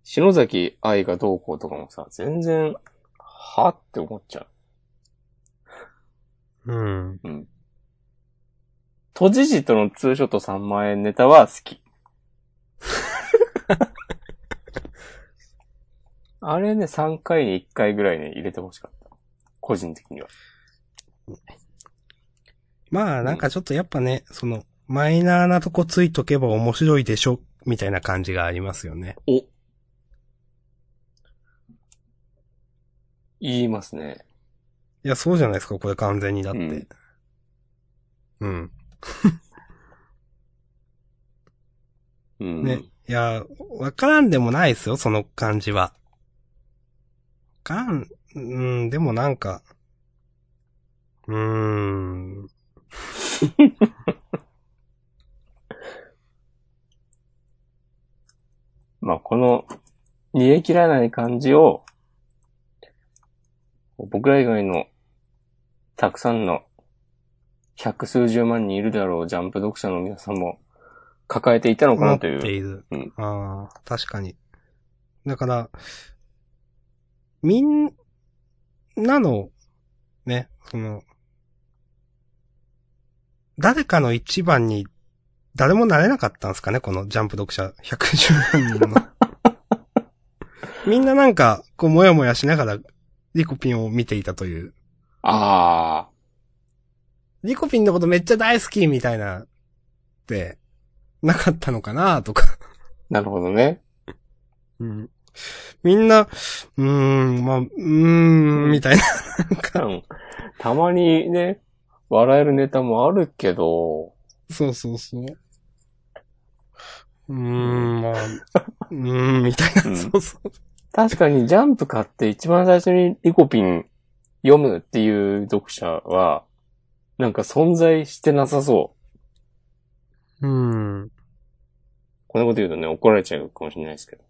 篠崎愛がどうこうとかもさ、全然、はって思っちゃう。うん。うん。都知事とのツーショット3万円ネタは好き。あれね、3回に1回ぐらいね、入れてほしかった。個人的には。まあ、なんかちょっとやっぱね、その、マイナーなとこついとけば面白いでしょ、みたいな感じがありますよね。言いますね。いや、そうじゃないですか、これ完全にだって。うんうん。うん。ね。いや、わからんでもないですよ、その感じは。わからん、うん、でもなんか、うーん。まあ、この、煮え切らない感じを、僕ら以外の、たくさんの、百数十万人いるだろう、ジャンプ読者の皆さんも、抱えていたのか思なっとていう。いる。うんああ、確かに。だから、みんなの、ね、その、誰かの一番に、誰もなれなかったんですかね、このジャンプ読者110万人 の。みんななんか、こう、もやもやしながら、リコピンを見ていたという。ああ、リコピンのことめっちゃ大好きみたいな、って、なかったのかなとか。なるほどね。 うんみんな、うーん、まあ、うーん、みたいな。 うんたまにね、笑えるネタもあるけど、そうそうそう。うーん、まあ、うーん、みたいな。うんそうそう。確かにジャンプ買って一番最初にリコピン読むっていう読者は、なんか存在してなさそう。うーん。こんなこと言うとね、怒られちゃうかもしれないですけど。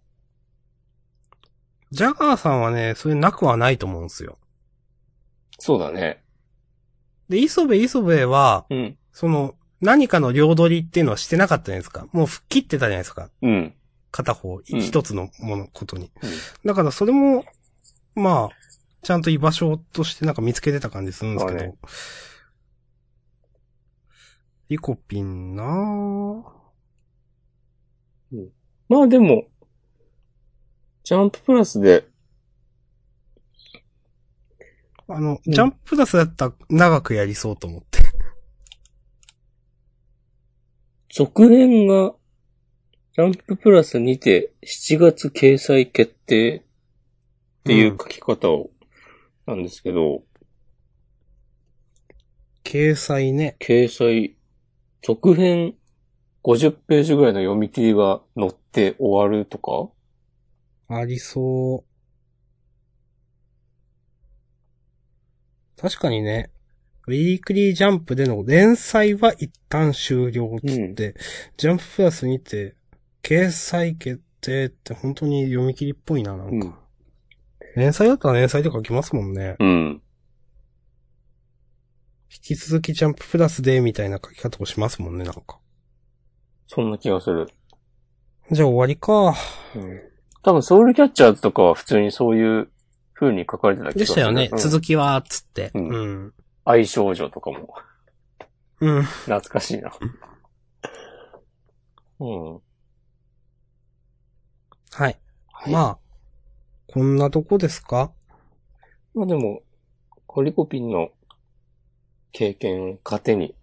ジャガーさんはね、それなくはないと思うんですよ。そうだね。で、磯部磯部は、うん。その、何かの両取りっていうのはしてなかったじゃないですか。もう吹っ切ってたじゃないですか。うん。片方、ん一つのもの、ことにうん。だからそれも、まあ、ちゃんと居場所としてなんか見つけてた感じするんですけそど。うねリコピンなぁ。まあでも、ジャンププラスで、あの、うんジャンププラスだったら長くやりそうと思って。続編が、ジャンププラスにて7月掲載決定っていう書き方を、なんですけど、掲載ね。掲載、続編50ページぐらいの読み切りが載って終わるとかありそう。確かにね。ウィークリージャンプでの連載は一旦終了っつって、ジャンププラスにて、掲載決定って本当に読み切りっぽいな、なんうか。ん。連載だったら連載で書きますもんね。うん。引き続きジャンププラスで、みたいな書き方をしますもんね、なんか。そんな気がする。じゃあ終わりか。多分ソウルキャッチャーズとかは普通にそういう風に書かれてた気がする。でしたよね。うん続きは、つって。ううんん。愛少女とかも。うん。懐かしいな。 うん。はい。はいまあ、こんなとこですかまあでも、コリコピンの経験を糧に、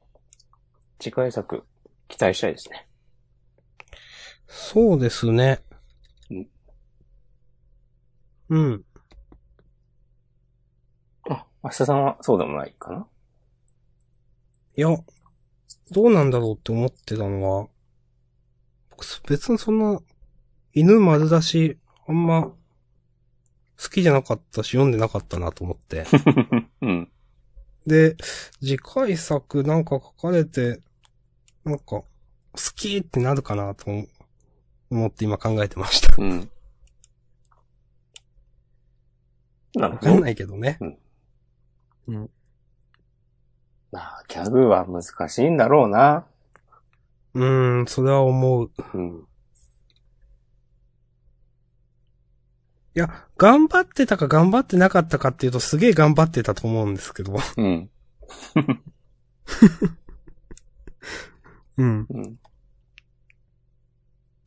次回作期待したいですね。そうですねうん。うん。あ、明日さんはそうでもないかないや、どうなんだろうって思ってたのは、僕別にそんな、犬丸だし、あんま、好きじゃなかったし、読んでなかったなと 思って。うん。で、次回作なんか書かれて、なんか、好きってなるかなと思って今考えてました。うん。なるわほかんど。ないけどね。まあ、ギャグは難しいんだろうな。うーん、それは思う。うん。いや、頑張ってたか頑張ってなかったかっていうとすげえ頑張ってたと思うんですけど。うん。うん。うん、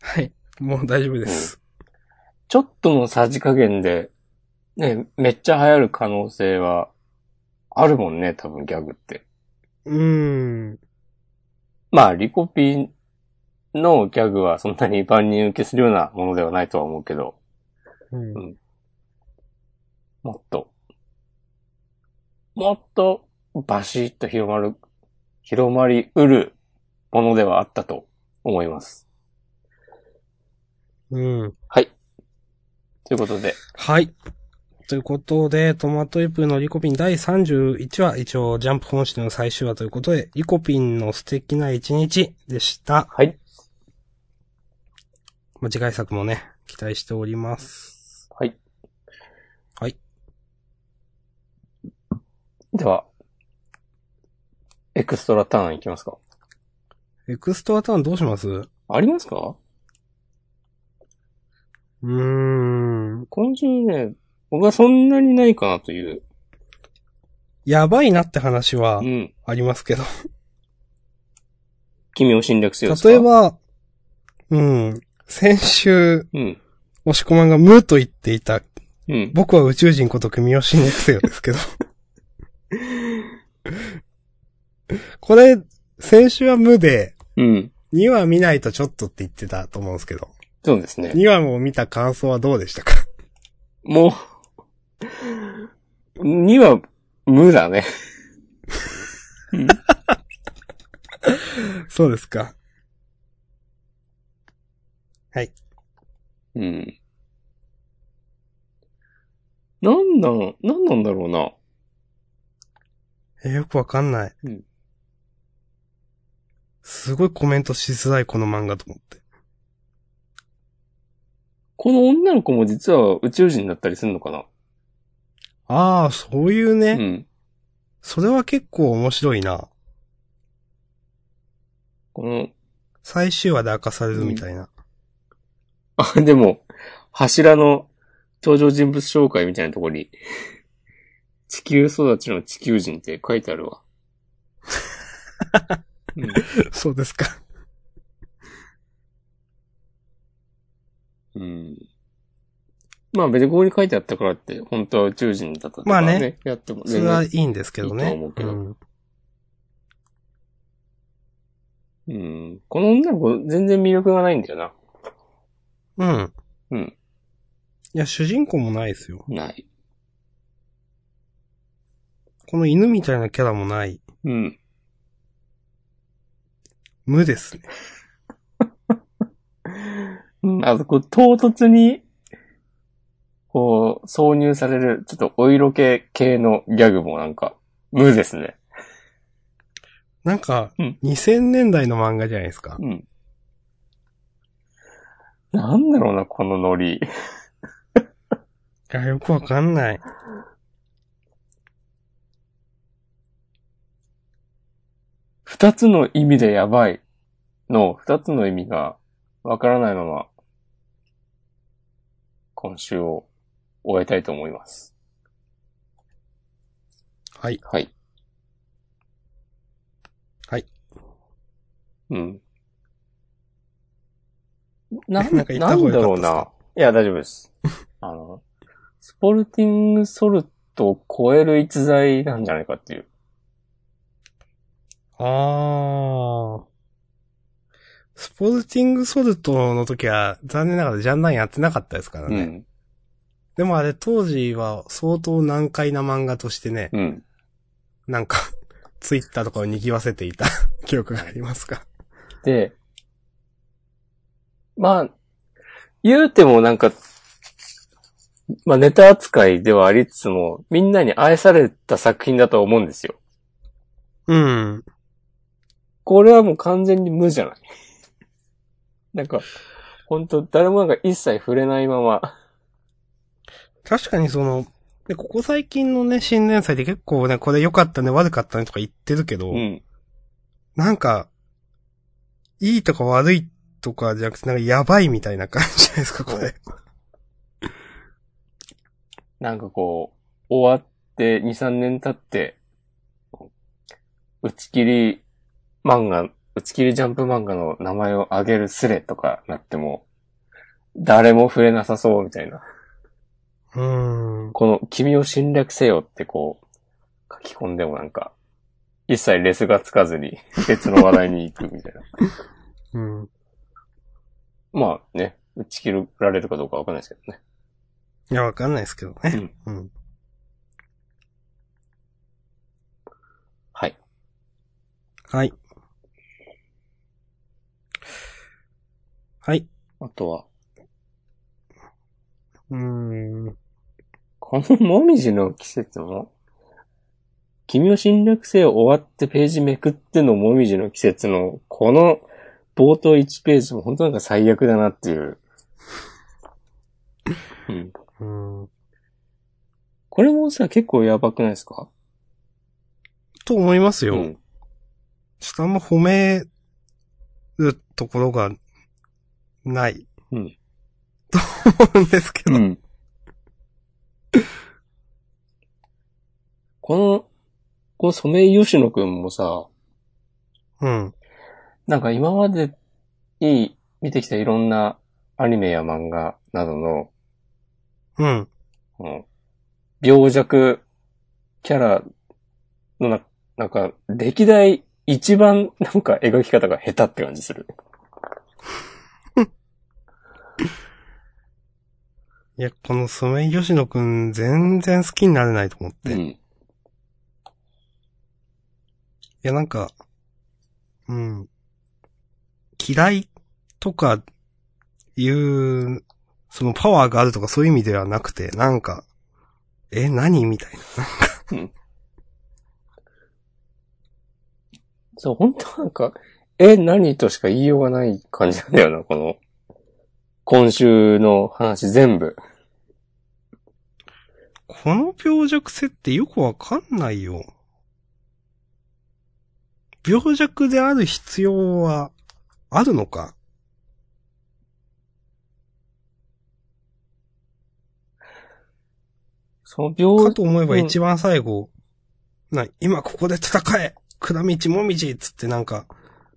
はい。もう大丈夫です。ちょっとのさじ加減で、ね、めっちゃ流行る可能性は、あるもんね、多分ギャグって。うーん。まあ、リコピのギャグはそんなに万人受けするようなものではないとは思うけど、うんうんもっと、もっとバシッと広まる、広まりうるものではあったと思います。うん。はい。ということで、はい。ということで、トマトイプのリコピン第31話、一応ジャンプ本誌の最終話ということで、リコピンの素敵な一日でした。はい。まあ次回作もね、期待しております。はい。はい。では、エクストラターンいきますかエクストアターンどうしますうありますかーん。今週ね、僕はそんなにないかなという。やばいなって話はうん。ありますけど。君を侵略せよですか例え。ば、うん。先週、うん。押し込まんがムーと言っていた、うん。僕は宇宙人こと組を死んでくせよですけど。 これ、先週は無で、うん。 2話見ないとちょっとって言ってたと思うんですけど、そうですね。 2話も見た感想はどうでしたか もう、には無だね。そうですか。うん。なんなん、なんなんだろうな。えーよくわかんない。うんすごいコメントしづらいこの漫画と思って。この女の子も実は宇宙人だったりするのかなああ、そういうね。うん。それは結構面白いな。この、最終話で明かされるみたいな。あ、でも、柱の登場人物紹介みたいなところに、地球育ちの地球人って書いてあ るわ。うん、そうですか。うん。まあ別にここに書いてあったからって、本当は宇宙人だったとか、ね、まあねやっても それ全は然。いいんですけどいいね。と思うけどんうん。この女の子全然魅力がないんだよな。うん。うん。いや、主人公もないですよ。ない。この犬みたいなキャラもない。うん。無ですね。うん、あと、こう、唐突に、こう、挿入される、ちょっとお色気系のギャグもなんか、無ですね。なんか、うん2000年代の漫画じゃないですか。うん。なんだろうな、このノリ。いや、よくわかんない。二つの意味でやばいの、二つの意味がわからないまま、今週を終えたいと思います。はい。はい。はい。うん。ななんん、かなん言った方がだよろかうったな。いや、大丈夫です。あの、スポルティングソルトを超える逸材なんじゃないかっていう。あー。スポルティングソルトの時は、残念ながらジャンナンやってなかったですからうね。ん。でもあれ当時は相当難解な漫画としてね、うん。なんか、 ツイッターとかを賑わせていた 記憶がありますが。で、まあ、言うてもなんか、まあネタ扱いではありつつも、みんなに愛された作品だと思うんですよ。うん。これはもう完全に無じゃない。 なんか、本当誰もなんか一切触れないまま。確かにその、で、ここ最近のね、新年祭で結構ね、これ良かったね、悪かったねとか言ってるけど、うん。なんか、いいとか悪いとかじゃなくて、なんかやばいみたいな感じじゃないですか、これ。なんかこう、終わって2、3年経って、打ち切り漫画、打ち切りジャンプ漫画の名前を挙げるスレとかなっても、誰も触れなさそうみたいな。うーん。この君を侵略せよってこう、書き込んでもなんか、一切レスがつかずに別の話題に行くみたいな。 うん。まあね、打ち切られるかどうかわかんないですけどね。いや、わかんないですけどね。うん。はい。はい。はい。あとは、うーん。このもみじの季節も、君を侵略せよ終わってページめくってのもみじの季節の、この冒頭1ページも本当なんか最悪だなっていう。うん。うん。これもさ、結構やばくないですかと思いますよ。うん。ちょっとあんま褒めるところがない。うんと思うんですけど。うん。この、このソメイヨシノくんもさ、うん。なんか今までいい、見てきたいろんなアニメや漫画などの、うん。うん、病弱キャラのな、なんか歴代一番なんか描き方が下手って感じする。いや、このソメイヨシノくん全然好きになれないと思って。ういん。や、なんか、うん。嫌いとかいう、そのパワーがあるとかそういう意味ではなくて、なんか、え、何みたいな。そう、本当なんか、え、何としか言いようがない感じなんだよな、この、今週の話全部。この病弱性ってよくわかんないよ。病弱である必要はあるのかその病か、と思えばうん一番最後、な、今ここで戦え倉道もみじっつってなんか、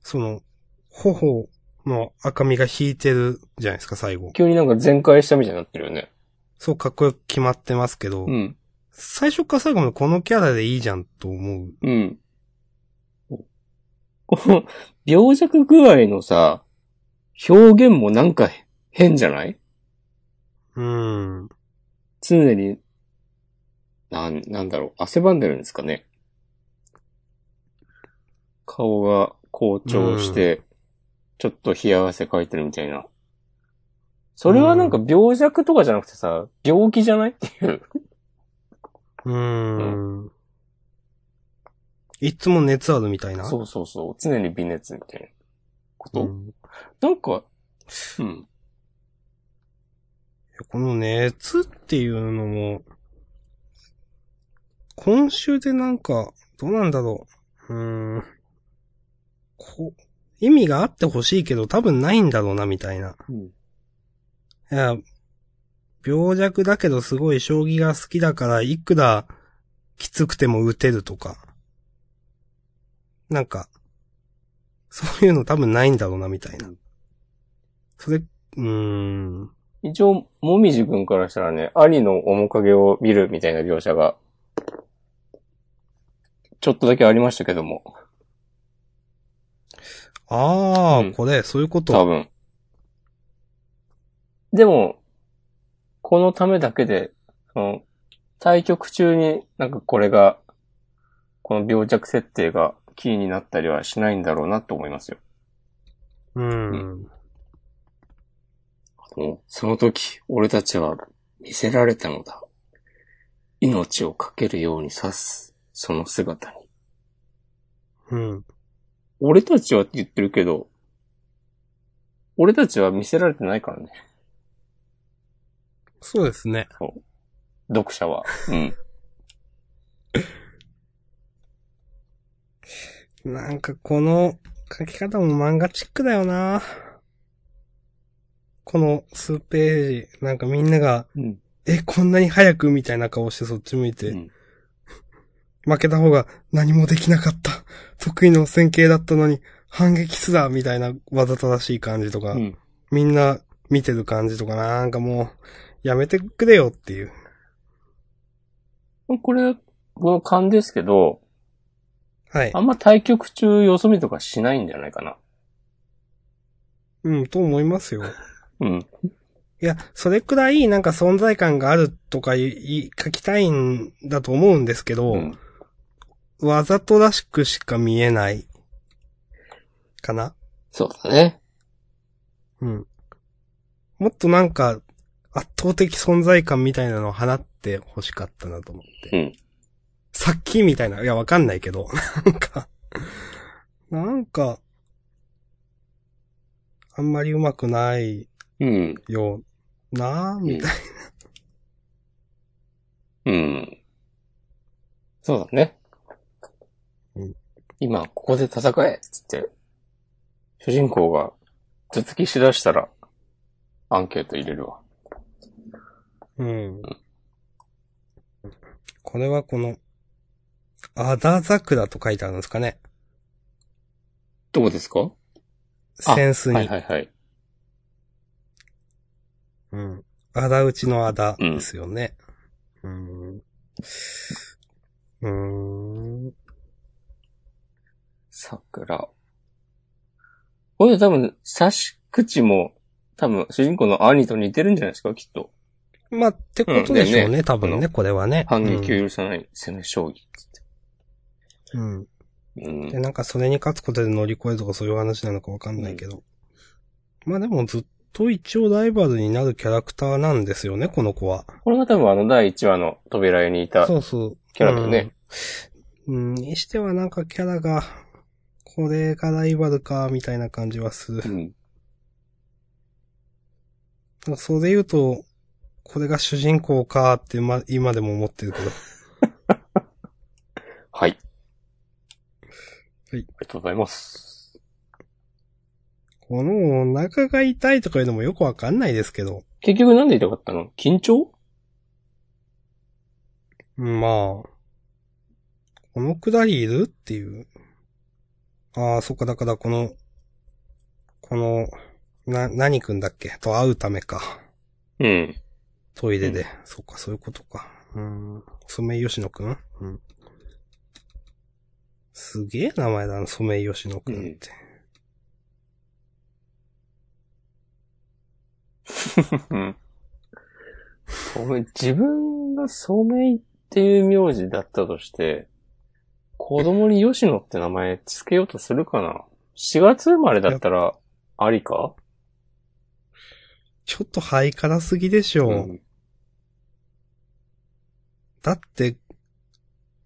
その、頬の赤みが引いてるじゃないですか、最後。急になんか全開したみたいになってるよね。そうかっこよく決まってますけど、うん。最初から最後までこのキャラでいいじゃんと思う。うん。この、病弱具合のさ、表現もなんか変じゃないうん。常に、なん、なんだろう、汗ばんでるんですかね。顔が好調して、ちょっと冷や汗かいてるみたいな。それはなんか病弱とかじゃなくてさ、病気じゃないうーん。いつも熱あるみたいな。そうそうそう。常に微熱みたいなこと、うんいなんか、うん。やこの熱っていうのも、今週でなんか、どうなんだろう。うーん。こ意味があってほしいけど多分ないんだろうな、みたいな。うん。いや、病弱だけどすごい将棋が好きだから、いくらきつくても打てるとか。なんか、そういうの多分ないんだろうな、みたいな。それ、うーん。一応、もみじくんからしたらね、兄の面影を見るみたいな描写が、ちょっとだけありましたけども。ああ、うんこれ、そういうこ多と。分。でも、このためだけで、その、対局中になんかこれが、この病弱設定がキーになったりはしないんだろうなと思いますよ。うん。もうその時、俺たちは見せられたのだ。命をかけるように刺す、その姿に。うん。俺たちはって言ってるけど、俺たちは見せられてないからね、そうですね。読者は。うん。なんかこの書き方も漫画チックだよな。この数ページ、なんかみんなが、うんえ、こんなに早くみたいな顔してそっち向いて、うん負けた方が何もできなかった。 得意の戦型だったのに反撃すらみたいなわざとらしい感じとか、うんみんな見てる感じとかなんかもう、やめてくれよっていう。これ、この勘ですけど、はいあ。んま対局中よそ見とかしないんじゃないかな。うん、と思いますよ。うん。いや、それくらいなんか存在感があるとかいい書きたいんだと思うんですけど、うんわざとらしくしか見えない。かなそうだね。うん。もっとなんか、圧倒的存在感みたいなのを放って欲しかったなと思って。うんさっきみたいな、いや、わかんないけど、 なんか、なんか、あんまりうまくないうん。よなぁ、みたいうな。ん。そうだね。うん今、ここで戦えっつって、主人公が頭突きしだしたら、アンケート入れるわ。うん。これはこの、アダザクラと書いてあるんですかね。どうですかあセンスに。はいはいはい。うん。あだうちのあだですよね。うん。うーん。桜。これ多分、差し口も、多分、主人公の兄と似てるんじゃないですかきっと。まあ、ってことでしうだょうんよね、多分ね、これはね。反撃を許さない攻め将棋っつっうん。うん。て。うん。で、なんかそれに勝つことで乗り越えるとかそういう話なのかわかんないけど。まあでもずっと一応ライバルになるキャラクターなんですよね、この子は。これが多分あの第1話の扉絵にいたそうそう。キャラだよね。うん。うんにしてはなんかキャラが、これがライバルか、みたいな感じはするう。ん。まあそれ言うと、これが主人公かって、ま、今でも思ってるけど。はい。いありがとうございます。このお腹が痛いとかいうのもよくわかんないですけど。結局なんで痛かったの緊張うんまあ。このくだりいるっていう。ああ、そっか、だからこの、この、な、何くんだっけと会うためか。うん。トイレで。うそっか、そういうことか。うん。ソメイヨシノくんうん。すげえ名前だな、ソメイヨシノくんって。 うん。俺自分がソメイっていう名字だったとして、子供に吉野って名前つけようとするかな ?4 月生まれだったら、ありかちょっとハイカラすぎでしょ。うん。だって、い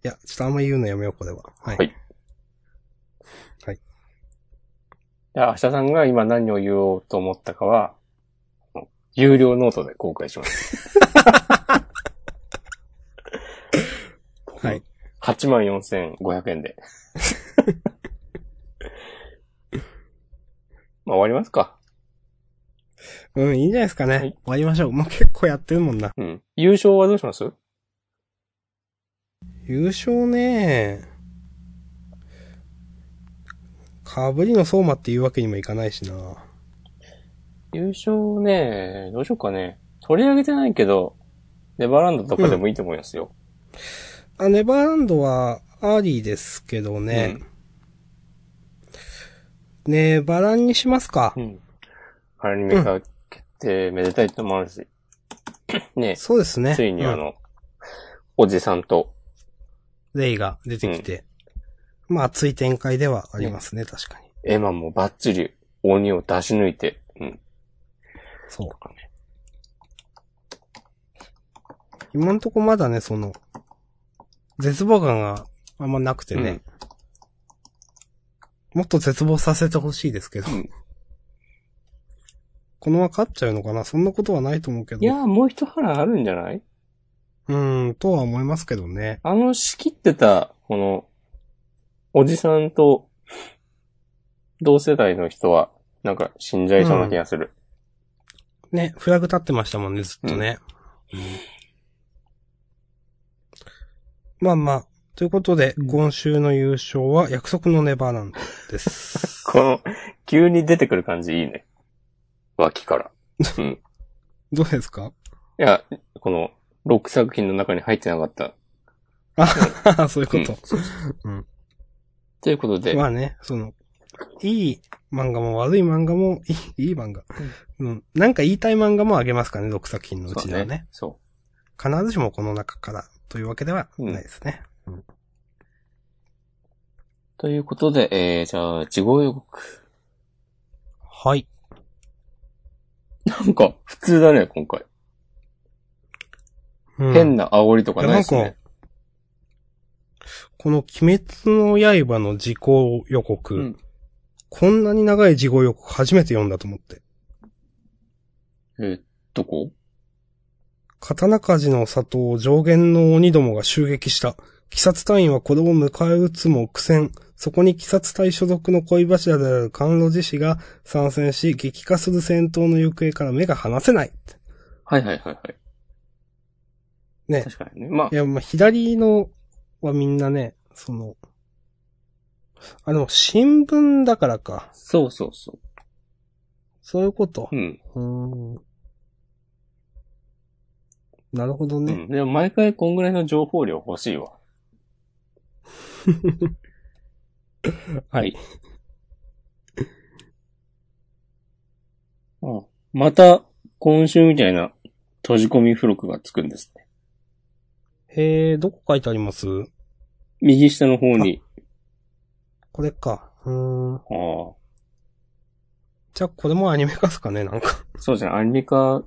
や、ちょっとあんま言うのやめよう、これは。はい。はいじゃあ、明日さんが今何を言おうと思ったかは、有料ノートで公開し ます。はい。 84,500円で。 まあ、終わりますか。うん、いいんじゃないですかね。はい終わりましょう。もう結構やってるもんな。うん。優勝はどうします優勝ねかぶりの相馬っていうわけにもいかないしな。優勝ね、どうしようかね。取り上げてないけど、ネバーランドとかでもいいと思いますよ。あ、ネバーランドはありですけどね。ねバランにしますか。うん。アニメ化決定、めでたいともある し。ねそうですね。ついにあうんの、おじさんと、レイが出てきて。まあ、熱い展開ではありますね、確かに。エマもバッチリ鬼を出し抜いて、うん。そう。今んとこまだね、その、絶望感があんまなくてね。もっと絶望させてほしいですけど。うんこのまま勝っちゃうのかなそんなことはないと思うけど。いやー、もう一腹あるんじゃないうーん、とは思いますけどね。あの仕切ってた、この、おじさんと、同世代の人は、なんか死んじゃいそうな気がする。ね、フラグ立ってましたもんね、ずっとね。まあまあ、ということで、今週の優勝は約束のネバーランドです。 この、急に出てくる感じいいね。脇から。うん。いどうですかや、この、6作品の中に入ってなかった。あ そういうこうんと。ということで、まあね、その、いい漫画も悪い漫画も、いい、いい漫画。うん。なんか言いたい漫画もあげますかね、6作品のうちではね。そ必ずしもこの中からというわけではないですね。う。ということで、えー、じゃあ、地合予告。はい。なんか、普通だね、今回。うん、変な煽りとかないですいやなんね。この鬼滅の刃の時効予告。うんこんなに長い時効予告初めて読んだと思って。えー、どこ刀鍛冶の里を上限の鬼どもが襲撃した。鬼殺隊員はこれを迎え撃つも苦戦。そこに鬼殺隊所属の恋柱である関路寺氏が参戦し、激化する戦闘の行方から目が離せない。はいはいはいはい。ね確かにね。まあい、や、まあ、左のはみんなね、その、あ、でも新聞だからか。そうそうそそういうことう。う。ん。うーん。なるほどうね。ん。でも毎回こんぐらいの情報量欲しいわ。 はい。うん。また、今週みたいな閉じ込み付録がつくんですね。へえ、どこ書いてあります右下の方に。これか。うーん。ああ。じゃあ、これもアニメ化っすかね、なんか。そうじゃん、アニメ化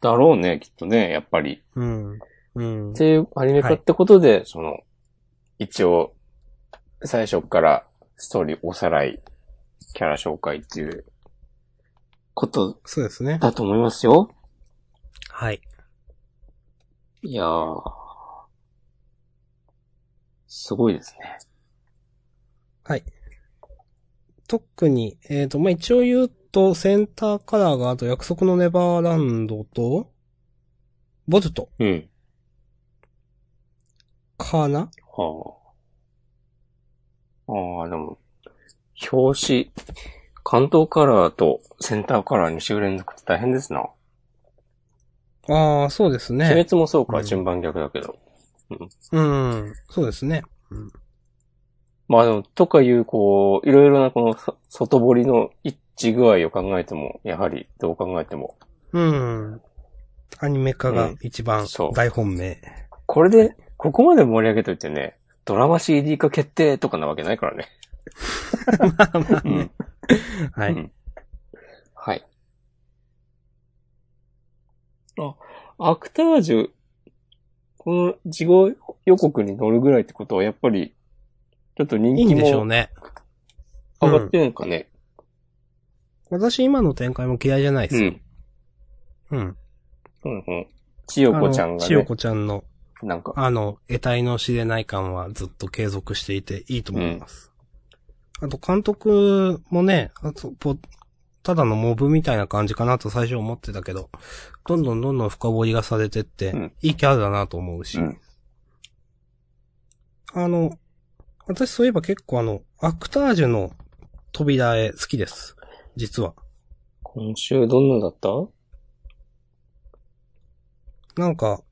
だろうね、きっとね、やっぱり。うん。うんっ。ていうアニメ化ってことで、その、一応、最初からストーリーおさらい、キャラ紹介っていうことそうですね。だと思いますよ。はい。いやー。すごいですね。特に、えっ、と、まあ、一応言うと、センターカラーが、あと、約束のネバーランドと、ボルト、うん。かなはあ。ああ、でも、表紙、関東カラーとセンターカラー2週連続って大変ですな。ああ、そうです鬼ね。滅もそううか、ん順番逆だけど。うん。そうですね。まあでも、とかいう、こう、いろいろなこのそ外堀の一致具合を考えても、やはりどう考えても、うん。アニメ化が一う番んそう大本命。これで、ここまで盛り上げといてね、ドラマ CD 化決定とかなわけないからね。まあまあね。はうい。んはい。あ、アクタージュ、この事後予告に乗るぐらいってことは、やっぱり、ちょっと人いい気んでしょうもね。上がってるのかね。私今の展開も嫌いじゃないでうすん。よ。うん。そうねこの千代子ちゃんあのが千代ね、子ちゃんの、なんか、あの、得体の知れない感はずっと継続していていいと思います。あと、監督もね、あと、ぽただのモブみたいな感じかなと最初思ってたけど、どんどんどんどん深掘りがされてって、うんいいキャラだなと思うし、うんあの、私そういえば結構あの、アクタージュの扉絵好きです。実は。今週どんなだったなんか、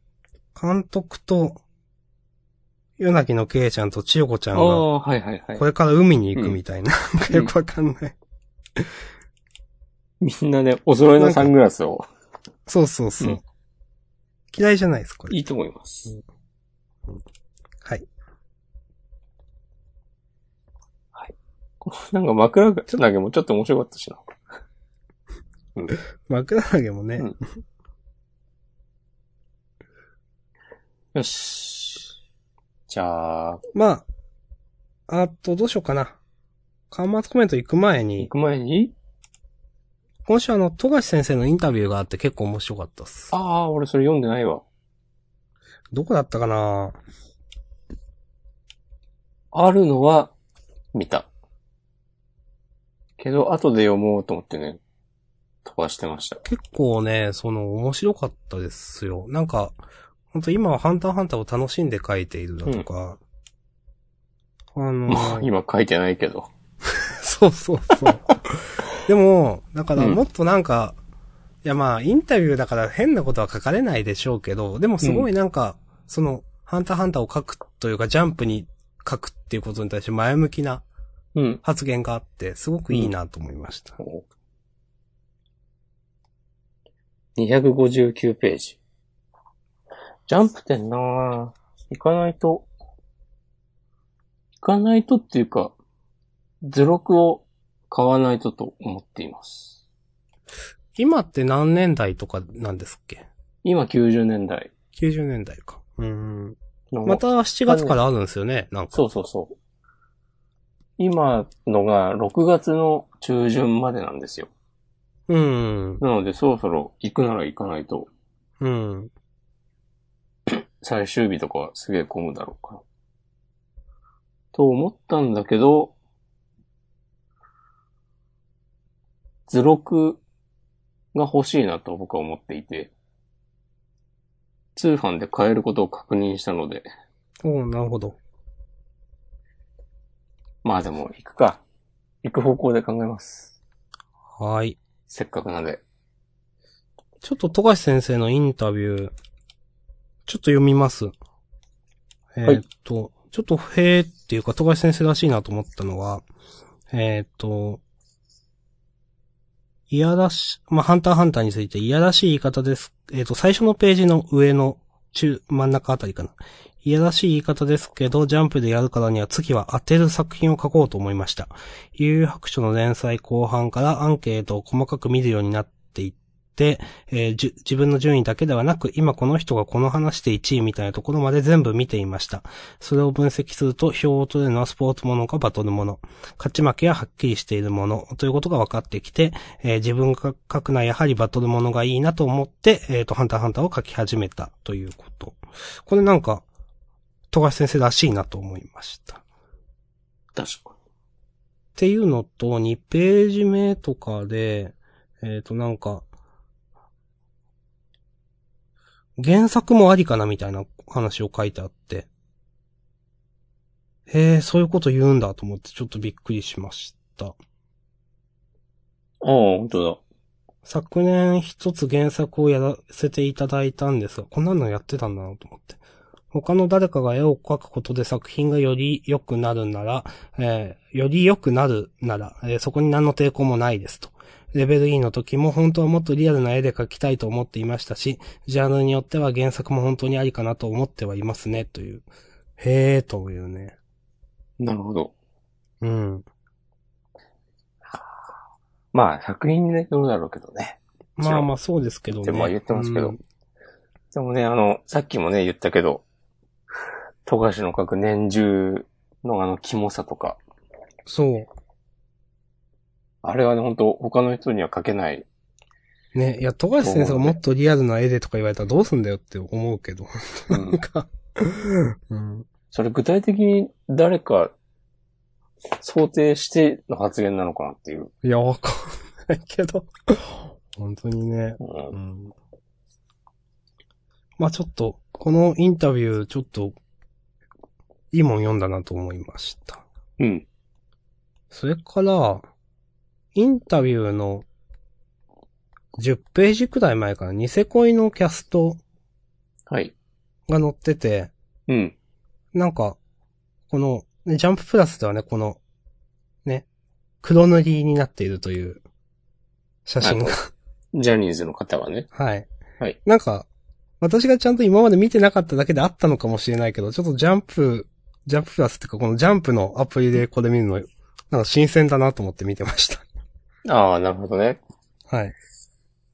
監督と、夜泣きのケイちゃんと千代子ちゃんあが、あ、はいはいはいこ。れから海に行くみたいな。なんかよくわかんない。みんなね、お揃いのサングラスを。そうそうそう。うん嫌いじゃないです、これ。いいと思います。はい。なんか枕投げもちょっと面白かったしな。枕投げもね、うんよし。じゃあ、まあ、あと、どうしようかな。巻末コメント行く前行に、く前に今週あの、富樫先生のインタビューがあって結構面白かったっす。ああ、俺それ読んでないわ。どこだったかなあるのは、見た。けど、後で読もうと思ってね、飛ばしてました。結構ね、その、面白かったですよ。なんか、ほんと今はハンターハンターを楽しんで書いているだとか、あのもう今書いてないけど。 そうそう そう。でも、だからうんもっとなんか、いやまあ、インタビューだから変なことは書かれないでしょうけど、でもすごいなんか、その、ハンターハンターを書くというか、ジャンプに書くっていうことに対して前向きなうん。発言があって、すごくいいなと思いました。 259ページ。ジャンプ店なぁ。行かないと、行かないとっていうか、図録を買わないとと思っています。今って何年代とかなんですっけ今90年代 ?90 年代か。うん。の。また7月からあるんですよね、なんか。そうそうそう。今のが6月の中旬までなんですよ。うん。なのでそろそろ行くなら行かないとうん。最終日とかはすげえ混むだろうから。と思ったんだけど、図録が欲しいなと僕は思っていて、通販で買えることを確認したので、おうなるほど。まあでも行くか。行く方向で考えます。はーい。せっかくなんで。ちょっと富樫先生のインタビュー、ちょっと読みます。えーっと、ちょっとへーっていうか、富樫先生らしいなと思ったのは、えーっと、いやらし、まあ、ハンターハンターについていやらしい言い方です。えーっと、最初のページの上の中、真ん中あたりかな。いやらしい言い方ですけど、ジャンプでやるからには次は当てる作品を書こうと思いました。悠白書の連載後半からアンケートを細かく見るようになっていって、えーじゅ自分の順位だけではなく、今この人がこの話で1位みたいなところまで全部見ていました。それを分析すると、表を取れるのはスポーツものかバトルもの、勝ち負けははっきりしているものということが分かってきて、えー自分が書くのはやはりバトルものがいいなと思って、えっ、と、ハンターハンターを書き始めたということ。これなんか、富樫先生らしいなと思いました。確かっていうのと、2ページ目とかで、えっ、と、なんか、原作もありかなみたいな話を書いてあって、へえ、そういうこと言うんだと思ってちょっとびっくりしました。に。ああ、本当だ。昨年一つ原作をやらせていただいたんですが、こんなのやってたんだなと思って。他の誰かが絵を描くことで作品がより良くなるなら、えーより良くなるなら、えーそこに何の抵抗もないですと。レベル E の時も本当はもっとリアルな絵で描きたいと思っていましたし、ジャンルによっては原作も本当にありかなと思ってはいますね、という。へーというね。なるほど。うん。まあ、作品によるだろうけどね。まあまあそうですけどでね。もまあ言ってますけどうんでもね、あの、さっきもね、言ったけど、富樫の書く年中のあの、キモさとか、そあれはね、本当他の人には書けない。 う。ね、いや、富樫先生がもっとリアルな絵でとか言われたらどうすんだよって思うけど。うんか。うん。それ具体的に誰か想定しての発言なのかなっていう。いや、わかんないけど。本当にね。うんうん。まあちょっと、このインタビュー、ちょっと、いいもん読んだなと思いました。うん。それから、インタビューの10ページくらい前からニセ恋のキャストはい。が載ってて、うん。なんか、この、ねジャンププラスではね、この、ね、黒塗りになっているという写真がジャニーズの方はね。はい。はい。なんか、私がちゃんと今まで見てなかっただけであったのかもしれないけど、ちょっとジャンプ、ジャンププラスっていうか、このジャンプのアプリでこれ見るの、なんか新鮮だなと思って見てました。 ああ、なるほどね。はい。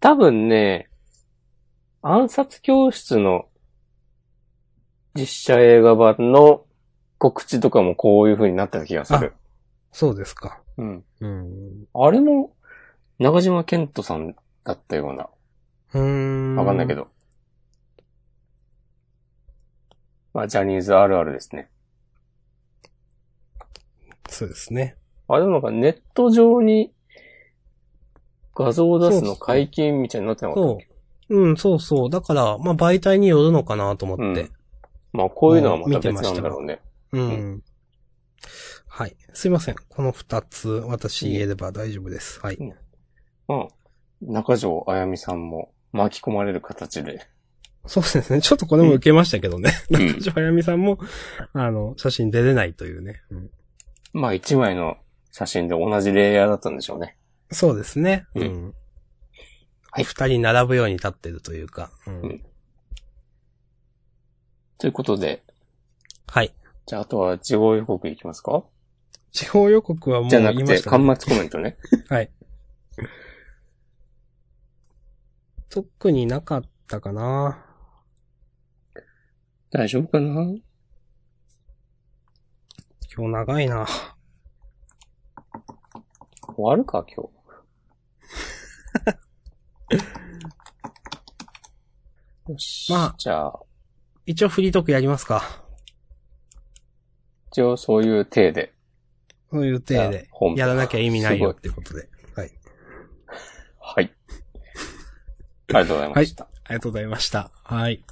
多分ね、暗殺教室の実写映画版の告知とかもこういう風になってた気がする。そうですか。うん。うん。あれも、中島健人さんだったような。うーん。わかんないけど。ど。まあ、ジャニーズあるあるですね。そうですね。あ、でもなんかネット上に画像を出すの解禁みたいになってなかったっけそう。うん、そうそう。だから、まあ媒体によるのかなと思って。まあ、こういうのはまもたう見て別まなしんただろうね。うん。うはい。すいません。この二つ、私言えれば大丈夫です。はい。まあ、中条あやみさんも巻き込まれる形で。 そうですね。ちょっとこれも受けましたけどね。うん中島あやみさんも、あの、写真出れないというね。うんまあ、一枚の写真で同じレイヤーだったんでしょうね。そうですね。うんうん。はい二人並ぶように立ってるというか。うんうんということで、はい。じゃあ、あとは地方予告いきますか地方予告はもうじゃ言なくいまて、したね、端末コメント ね。はい。特になかったかな。大丈夫かな今日長いな。終わるか、今日。 よし。まあじゃあ、一応フリートークやりますか。一応そういう体で。そういう体じゃあで本、編やらなきゃ意味ないよってことで。はい。はい。ありがとうございました。ありがとうございました。はい。